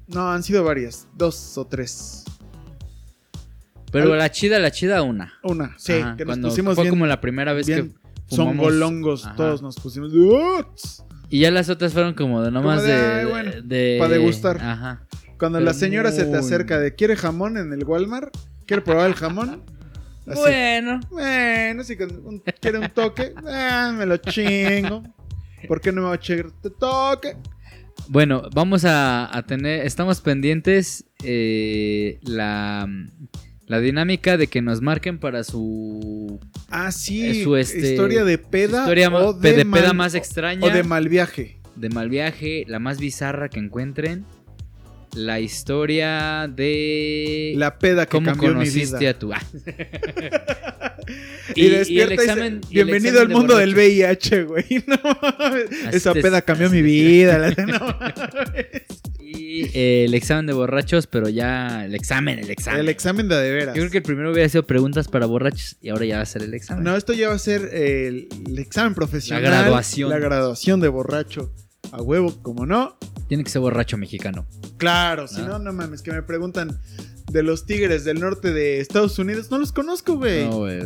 [SPEAKER 1] No, han sido varias, dos o tres.
[SPEAKER 2] Pero
[SPEAKER 1] Al-
[SPEAKER 2] la chida, la chida, una.
[SPEAKER 1] Una, sí,
[SPEAKER 2] Ajá,
[SPEAKER 1] que nos
[SPEAKER 2] cuando
[SPEAKER 1] pusimos
[SPEAKER 2] fue
[SPEAKER 1] bien,
[SPEAKER 2] como la primera vez
[SPEAKER 1] bien
[SPEAKER 2] que fumamos.
[SPEAKER 1] zongolongos,
[SPEAKER 2] Ajá.
[SPEAKER 1] todos nos pusimos. ¡Uts!
[SPEAKER 2] Y ya las otras fueron como de nomás
[SPEAKER 1] de,
[SPEAKER 2] de,
[SPEAKER 1] "Ay, bueno,
[SPEAKER 2] de-
[SPEAKER 1] pa' degustar".
[SPEAKER 2] Ajá.
[SPEAKER 1] Cuando
[SPEAKER 2] Pero
[SPEAKER 1] la señora se te
[SPEAKER 2] muy-
[SPEAKER 1] acerca de, ¿quiere jamón en el Walmart? ¿Quiere probar el jamón? Así.
[SPEAKER 2] Bueno.
[SPEAKER 1] Bueno, si con- un- quiere un toque, ah, me lo chingo. ¿Por qué no me va a chingar este toque?
[SPEAKER 2] Bueno, vamos a, a tener, estamos pendientes eh, la, la dinámica de que nos marquen para su
[SPEAKER 1] Ah, sí.
[SPEAKER 2] Es su, este,
[SPEAKER 1] historia de peda.
[SPEAKER 2] historia ma-
[SPEAKER 1] Ah, o
[SPEAKER 2] pe-
[SPEAKER 1] de,
[SPEAKER 2] de,
[SPEAKER 1] mal-
[SPEAKER 2] peda más extraña,
[SPEAKER 1] O de mal viaje.
[SPEAKER 2] de mal viaje, la más bizarra que encuentren, la historia de
[SPEAKER 1] La peda que
[SPEAKER 2] cómo
[SPEAKER 1] cambió mi
[SPEAKER 2] conociste
[SPEAKER 1] vida.
[SPEAKER 2] a tu... Ah.
[SPEAKER 1] Y, despierta y dice, bienvenido al mundo del VIH, güey. No mames,
[SPEAKER 2] Así
[SPEAKER 1] Esa
[SPEAKER 2] te-
[SPEAKER 1] peda cambió
[SPEAKER 2] así
[SPEAKER 1] mi
[SPEAKER 2] te-
[SPEAKER 1] vida. la- no mames.
[SPEAKER 2] Y eh, el examen de borrachos, pero ya el examen, el examen.
[SPEAKER 1] El examen de a de
[SPEAKER 2] Yo
[SPEAKER 1] veras.
[SPEAKER 2] creo que el primero hubiera sido preguntas para borrachos y ahora ya va a ser el examen.
[SPEAKER 1] No, esto ya va a ser el, el examen profesional.
[SPEAKER 2] La graduación.
[SPEAKER 1] La graduación de borracho. A huevo, como no.
[SPEAKER 2] Tiene que ser borracho mexicano.
[SPEAKER 1] Claro, si
[SPEAKER 2] Ah.
[SPEAKER 1] no, no mames, que me preguntan de los tigres del norte de Estados Unidos. No los conozco, güey.
[SPEAKER 2] No, güey.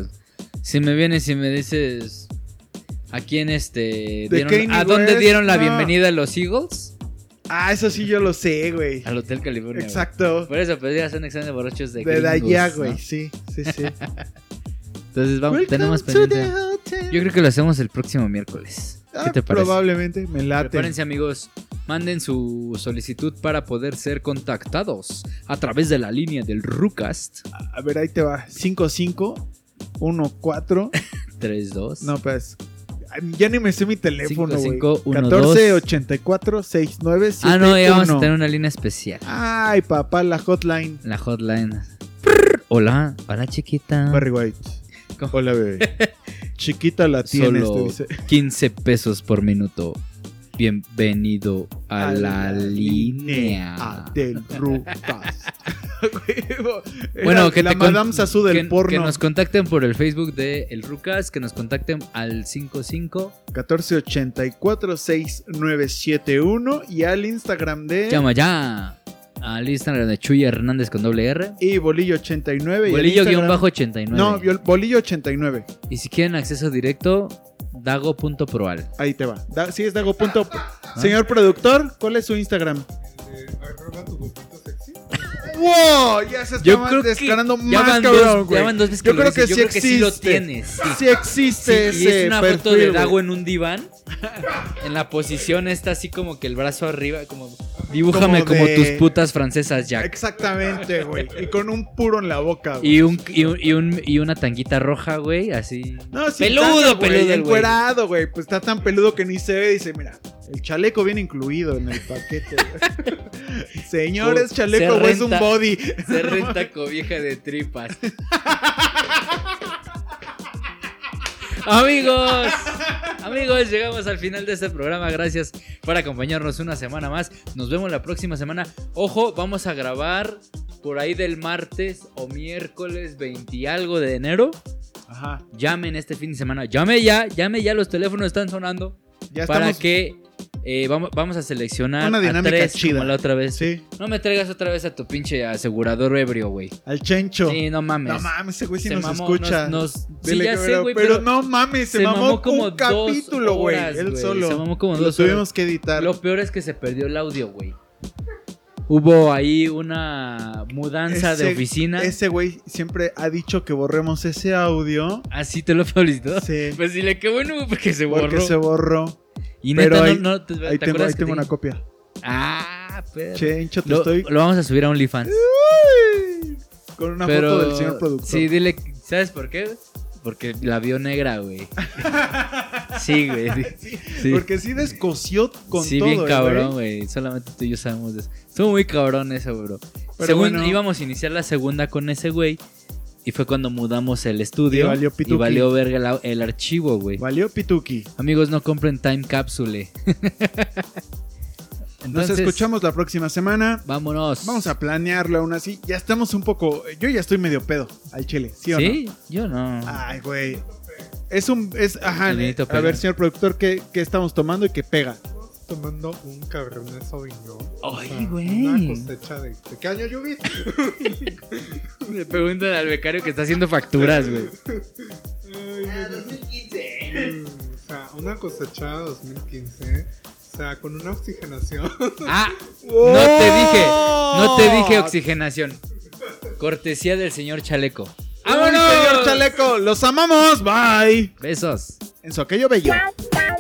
[SPEAKER 2] Si me vienes y me dices a quién este
[SPEAKER 1] De
[SPEAKER 2] dieron-
[SPEAKER 1] Kanye
[SPEAKER 2] a dónde
[SPEAKER 1] West,
[SPEAKER 2] dieron la
[SPEAKER 1] no.
[SPEAKER 2] bienvenida a los Eagles
[SPEAKER 1] Ah, eso sí yo lo sé, güey.
[SPEAKER 2] al Hotel California. güey.
[SPEAKER 1] Exacto.
[SPEAKER 2] Por eso pues ya son examen de borrachos de,
[SPEAKER 1] De
[SPEAKER 2] gringos,
[SPEAKER 1] Daya,
[SPEAKER 2] ¿no?
[SPEAKER 1] güey. Sí, sí, sí.
[SPEAKER 2] Entonces vamos, tenemos pendiente. Yo creo que lo hacemos el próximo miércoles. ¿Qué te parece?
[SPEAKER 1] Ah, Probablemente me late.
[SPEAKER 2] Prepárense amigos, manden su solicitud para poder ser contactados a través de la línea del Rucast
[SPEAKER 1] A ver, ahí te va. 5-5, 1-4.
[SPEAKER 2] 32
[SPEAKER 1] No, pues. ay, Ya ni me sé mi teléfono, güey.
[SPEAKER 2] 5512.
[SPEAKER 1] 14 84 69
[SPEAKER 2] Ah, no, ya vamos a tener una línea especial.
[SPEAKER 1] Ay, papá, la hotline.
[SPEAKER 2] La hotline. Prr. Hola, hola chiquita.
[SPEAKER 1] Barry White.
[SPEAKER 2] Ah. ¿Cómo?
[SPEAKER 1] Hola, bebé. Chiquita la tienes, te
[SPEAKER 2] Solo
[SPEAKER 1] este, dice.
[SPEAKER 2] 15 pesos por minuto. Bienvenido a, la, línea.
[SPEAKER 1] del Rucas.
[SPEAKER 2] Bueno,
[SPEAKER 1] Era
[SPEAKER 2] que
[SPEAKER 1] la
[SPEAKER 2] te con-
[SPEAKER 1] Madame Sassou del
[SPEAKER 2] que-
[SPEAKER 1] porno.
[SPEAKER 2] Que nos contacten por el Facebook de El Rucas, que nos contacten al 55.
[SPEAKER 1] 14846971 y al Instagram de
[SPEAKER 2] Llama ya. Al Instagram de Chuy Hernández con doble R.
[SPEAKER 1] y bolillo89 y al Instagram-
[SPEAKER 2] Bolillo-89.
[SPEAKER 1] No, viol- bolillo89.
[SPEAKER 2] Y si quieren acceso directo, dago.proal.
[SPEAKER 1] Ahí te va. Da- sí es dago punto.
[SPEAKER 2] Ah.
[SPEAKER 1] Señor productor, ¿cuál es su Instagram?
[SPEAKER 3] Eh, arroba tu grupito sexy.
[SPEAKER 1] ¡Wow! Ya se está
[SPEAKER 2] Yo
[SPEAKER 1] más-
[SPEAKER 2] creo que
[SPEAKER 1] descarando
[SPEAKER 2] ya
[SPEAKER 1] más
[SPEAKER 2] van
[SPEAKER 1] cabrón,
[SPEAKER 2] dos,
[SPEAKER 1] güey.
[SPEAKER 2] ya van dos veces que
[SPEAKER 1] Yo
[SPEAKER 2] lo
[SPEAKER 1] creo
[SPEAKER 2] dices.
[SPEAKER 1] que sí
[SPEAKER 2] yo creo que sí lo
[SPEAKER 1] existe.
[SPEAKER 2] tienes. sí.
[SPEAKER 1] Sí existe
[SPEAKER 2] Sí, y
[SPEAKER 1] ese
[SPEAKER 2] es una
[SPEAKER 1] perfil,
[SPEAKER 2] foto de
[SPEAKER 1] güey.
[SPEAKER 2] Dago en un diván. En la posición está así como que el brazo arriba, como dibújame
[SPEAKER 1] Como
[SPEAKER 2] como,
[SPEAKER 1] de-
[SPEAKER 2] tus putas francesas, Jack.
[SPEAKER 1] Exactamente, güey. Y con un puro en la boca, güey.
[SPEAKER 2] Y, un, y, un- y un- y una tanguita roja, güey, así.
[SPEAKER 1] No, sí,
[SPEAKER 2] Peludo,
[SPEAKER 1] tanga, güey,
[SPEAKER 2] peludo el güey.
[SPEAKER 1] encuerado, güey. Pues está tan peludo que ni se ve. Dice, mira, el chaleco viene incluido en el paquete. güey". Señores,
[SPEAKER 2] Se
[SPEAKER 1] chaleco, güey, es un
[SPEAKER 2] renta.
[SPEAKER 1] body.
[SPEAKER 2] Se renta cobija de tripas. Amigos, amigos, llegamos al final de este programa. Gracias por acompañarnos una semana más. Nos vemos la próxima semana. Ojo, vamos a grabar por ahí del martes o miércoles 20 y algo de enero.
[SPEAKER 1] Ajá,
[SPEAKER 2] Llamen este fin de semana. Llame ya, llame ya. Los teléfonos están sonando
[SPEAKER 1] ya
[SPEAKER 2] para
[SPEAKER 1] estamos.
[SPEAKER 2] que eh, vamos, vamos a seleccionar
[SPEAKER 1] Una
[SPEAKER 2] a
[SPEAKER 1] dinámica
[SPEAKER 2] tres
[SPEAKER 1] chida.
[SPEAKER 2] como la otra vez.
[SPEAKER 1] Sí,
[SPEAKER 2] No me traigas otra vez a tu pinche asegurador ebrio, güey.
[SPEAKER 1] al chencho.
[SPEAKER 2] Sí, no mames.
[SPEAKER 1] no mames, ese güey sí
[SPEAKER 2] Se
[SPEAKER 1] nos
[SPEAKER 2] mamó,
[SPEAKER 1] escucha.
[SPEAKER 2] nos- nos- sí,
[SPEAKER 1] Dile
[SPEAKER 2] ya
[SPEAKER 1] que-
[SPEAKER 2] sé,
[SPEAKER 1] pero,
[SPEAKER 2] güey,
[SPEAKER 1] pero
[SPEAKER 2] pero
[SPEAKER 1] no mames, se, mamó, como un
[SPEAKER 2] dos
[SPEAKER 1] capítulo, güey.
[SPEAKER 2] horas,
[SPEAKER 1] Él
[SPEAKER 2] güey.
[SPEAKER 1] solo.
[SPEAKER 2] Se mamó como
[SPEAKER 1] Lo
[SPEAKER 2] dos
[SPEAKER 1] tuvimos
[SPEAKER 2] horas.
[SPEAKER 1] que editar.
[SPEAKER 2] Lo peor es que se perdió el audio, güey. Hubo ahí una mudanza de
[SPEAKER 1] Ese-
[SPEAKER 2] oficina.
[SPEAKER 1] Ese güey siempre ha dicho que borremos ese audio.
[SPEAKER 2] Así te lo felicito.
[SPEAKER 1] Sí.
[SPEAKER 2] Pues dile qué bueno güey, porque se borró.
[SPEAKER 1] Porque se borró.
[SPEAKER 2] Y neta,
[SPEAKER 1] pero
[SPEAKER 2] no-
[SPEAKER 1] ahí-
[SPEAKER 2] no, te,
[SPEAKER 1] Ahí
[SPEAKER 2] te
[SPEAKER 1] tengo,
[SPEAKER 2] acuerdas
[SPEAKER 1] ahí
[SPEAKER 2] que
[SPEAKER 1] tengo
[SPEAKER 2] te-
[SPEAKER 1] una copia.
[SPEAKER 2] Ah, pero.
[SPEAKER 1] Che, hincho, te
[SPEAKER 2] lo,
[SPEAKER 1] estoy.
[SPEAKER 2] lo vamos a subir a OnlyFans.
[SPEAKER 1] Uy, Con una
[SPEAKER 2] pero-
[SPEAKER 1] foto del señor productor.
[SPEAKER 2] Sí, dile, ¿sabes por qué? Porque la vio negra, güey. Sí, güey. Sí, sí.
[SPEAKER 1] Porque sí descoció con
[SPEAKER 2] Sí,
[SPEAKER 1] todo.
[SPEAKER 2] bien
[SPEAKER 1] eh,
[SPEAKER 2] cabrón,
[SPEAKER 1] güey.
[SPEAKER 2] güey. Solamente tú y yo sabemos de eso. Estuvo muy cabrón eso, bro.
[SPEAKER 1] Pero
[SPEAKER 2] Según
[SPEAKER 1] bueno.
[SPEAKER 2] íbamos a iniciar la segunda con ese güey. Y fue cuando mudamos el
[SPEAKER 1] Y
[SPEAKER 2] estudio.
[SPEAKER 1] valió pituqui.
[SPEAKER 2] valió verga la- el, archivo, güey.
[SPEAKER 1] Valió pituki.
[SPEAKER 2] Amigos, no compren Time Capsule.
[SPEAKER 1] Nos
[SPEAKER 2] Entonces,
[SPEAKER 1] escuchamos la próxima semana.
[SPEAKER 2] Vámonos.
[SPEAKER 1] Vamos a planearlo aún así. Ya estamos un poco. Yo ya estoy medio pedo al chile, ¿sí o
[SPEAKER 2] ¿Sí? Yo no.
[SPEAKER 1] no? Ah. Ay, güey. Es un. Es, ajá.
[SPEAKER 2] El vinito
[SPEAKER 1] a
[SPEAKER 2] pega.
[SPEAKER 1] ver, señor productor, ¿qué, qué estamos tomando y qué pega?
[SPEAKER 3] Tomando un cabernet sauvignon.
[SPEAKER 2] Ay,
[SPEAKER 3] O sea,
[SPEAKER 2] güey.
[SPEAKER 3] Una cosecha de. ¿De qué año lluvias?
[SPEAKER 2] Le preguntan al becario que está haciendo facturas, güey.
[SPEAKER 3] Ah, 2015. O sea, una cosecha 2015. O sea, con una oxigenación.
[SPEAKER 2] Ah, no te dije. No te dije oxigenación. Cortesía del señor Chaleco.
[SPEAKER 1] ¡Vámonos! Señor Chaleco, los amamos. Bye.
[SPEAKER 2] Besos.
[SPEAKER 1] En su aquello bello.
[SPEAKER 4] Bye.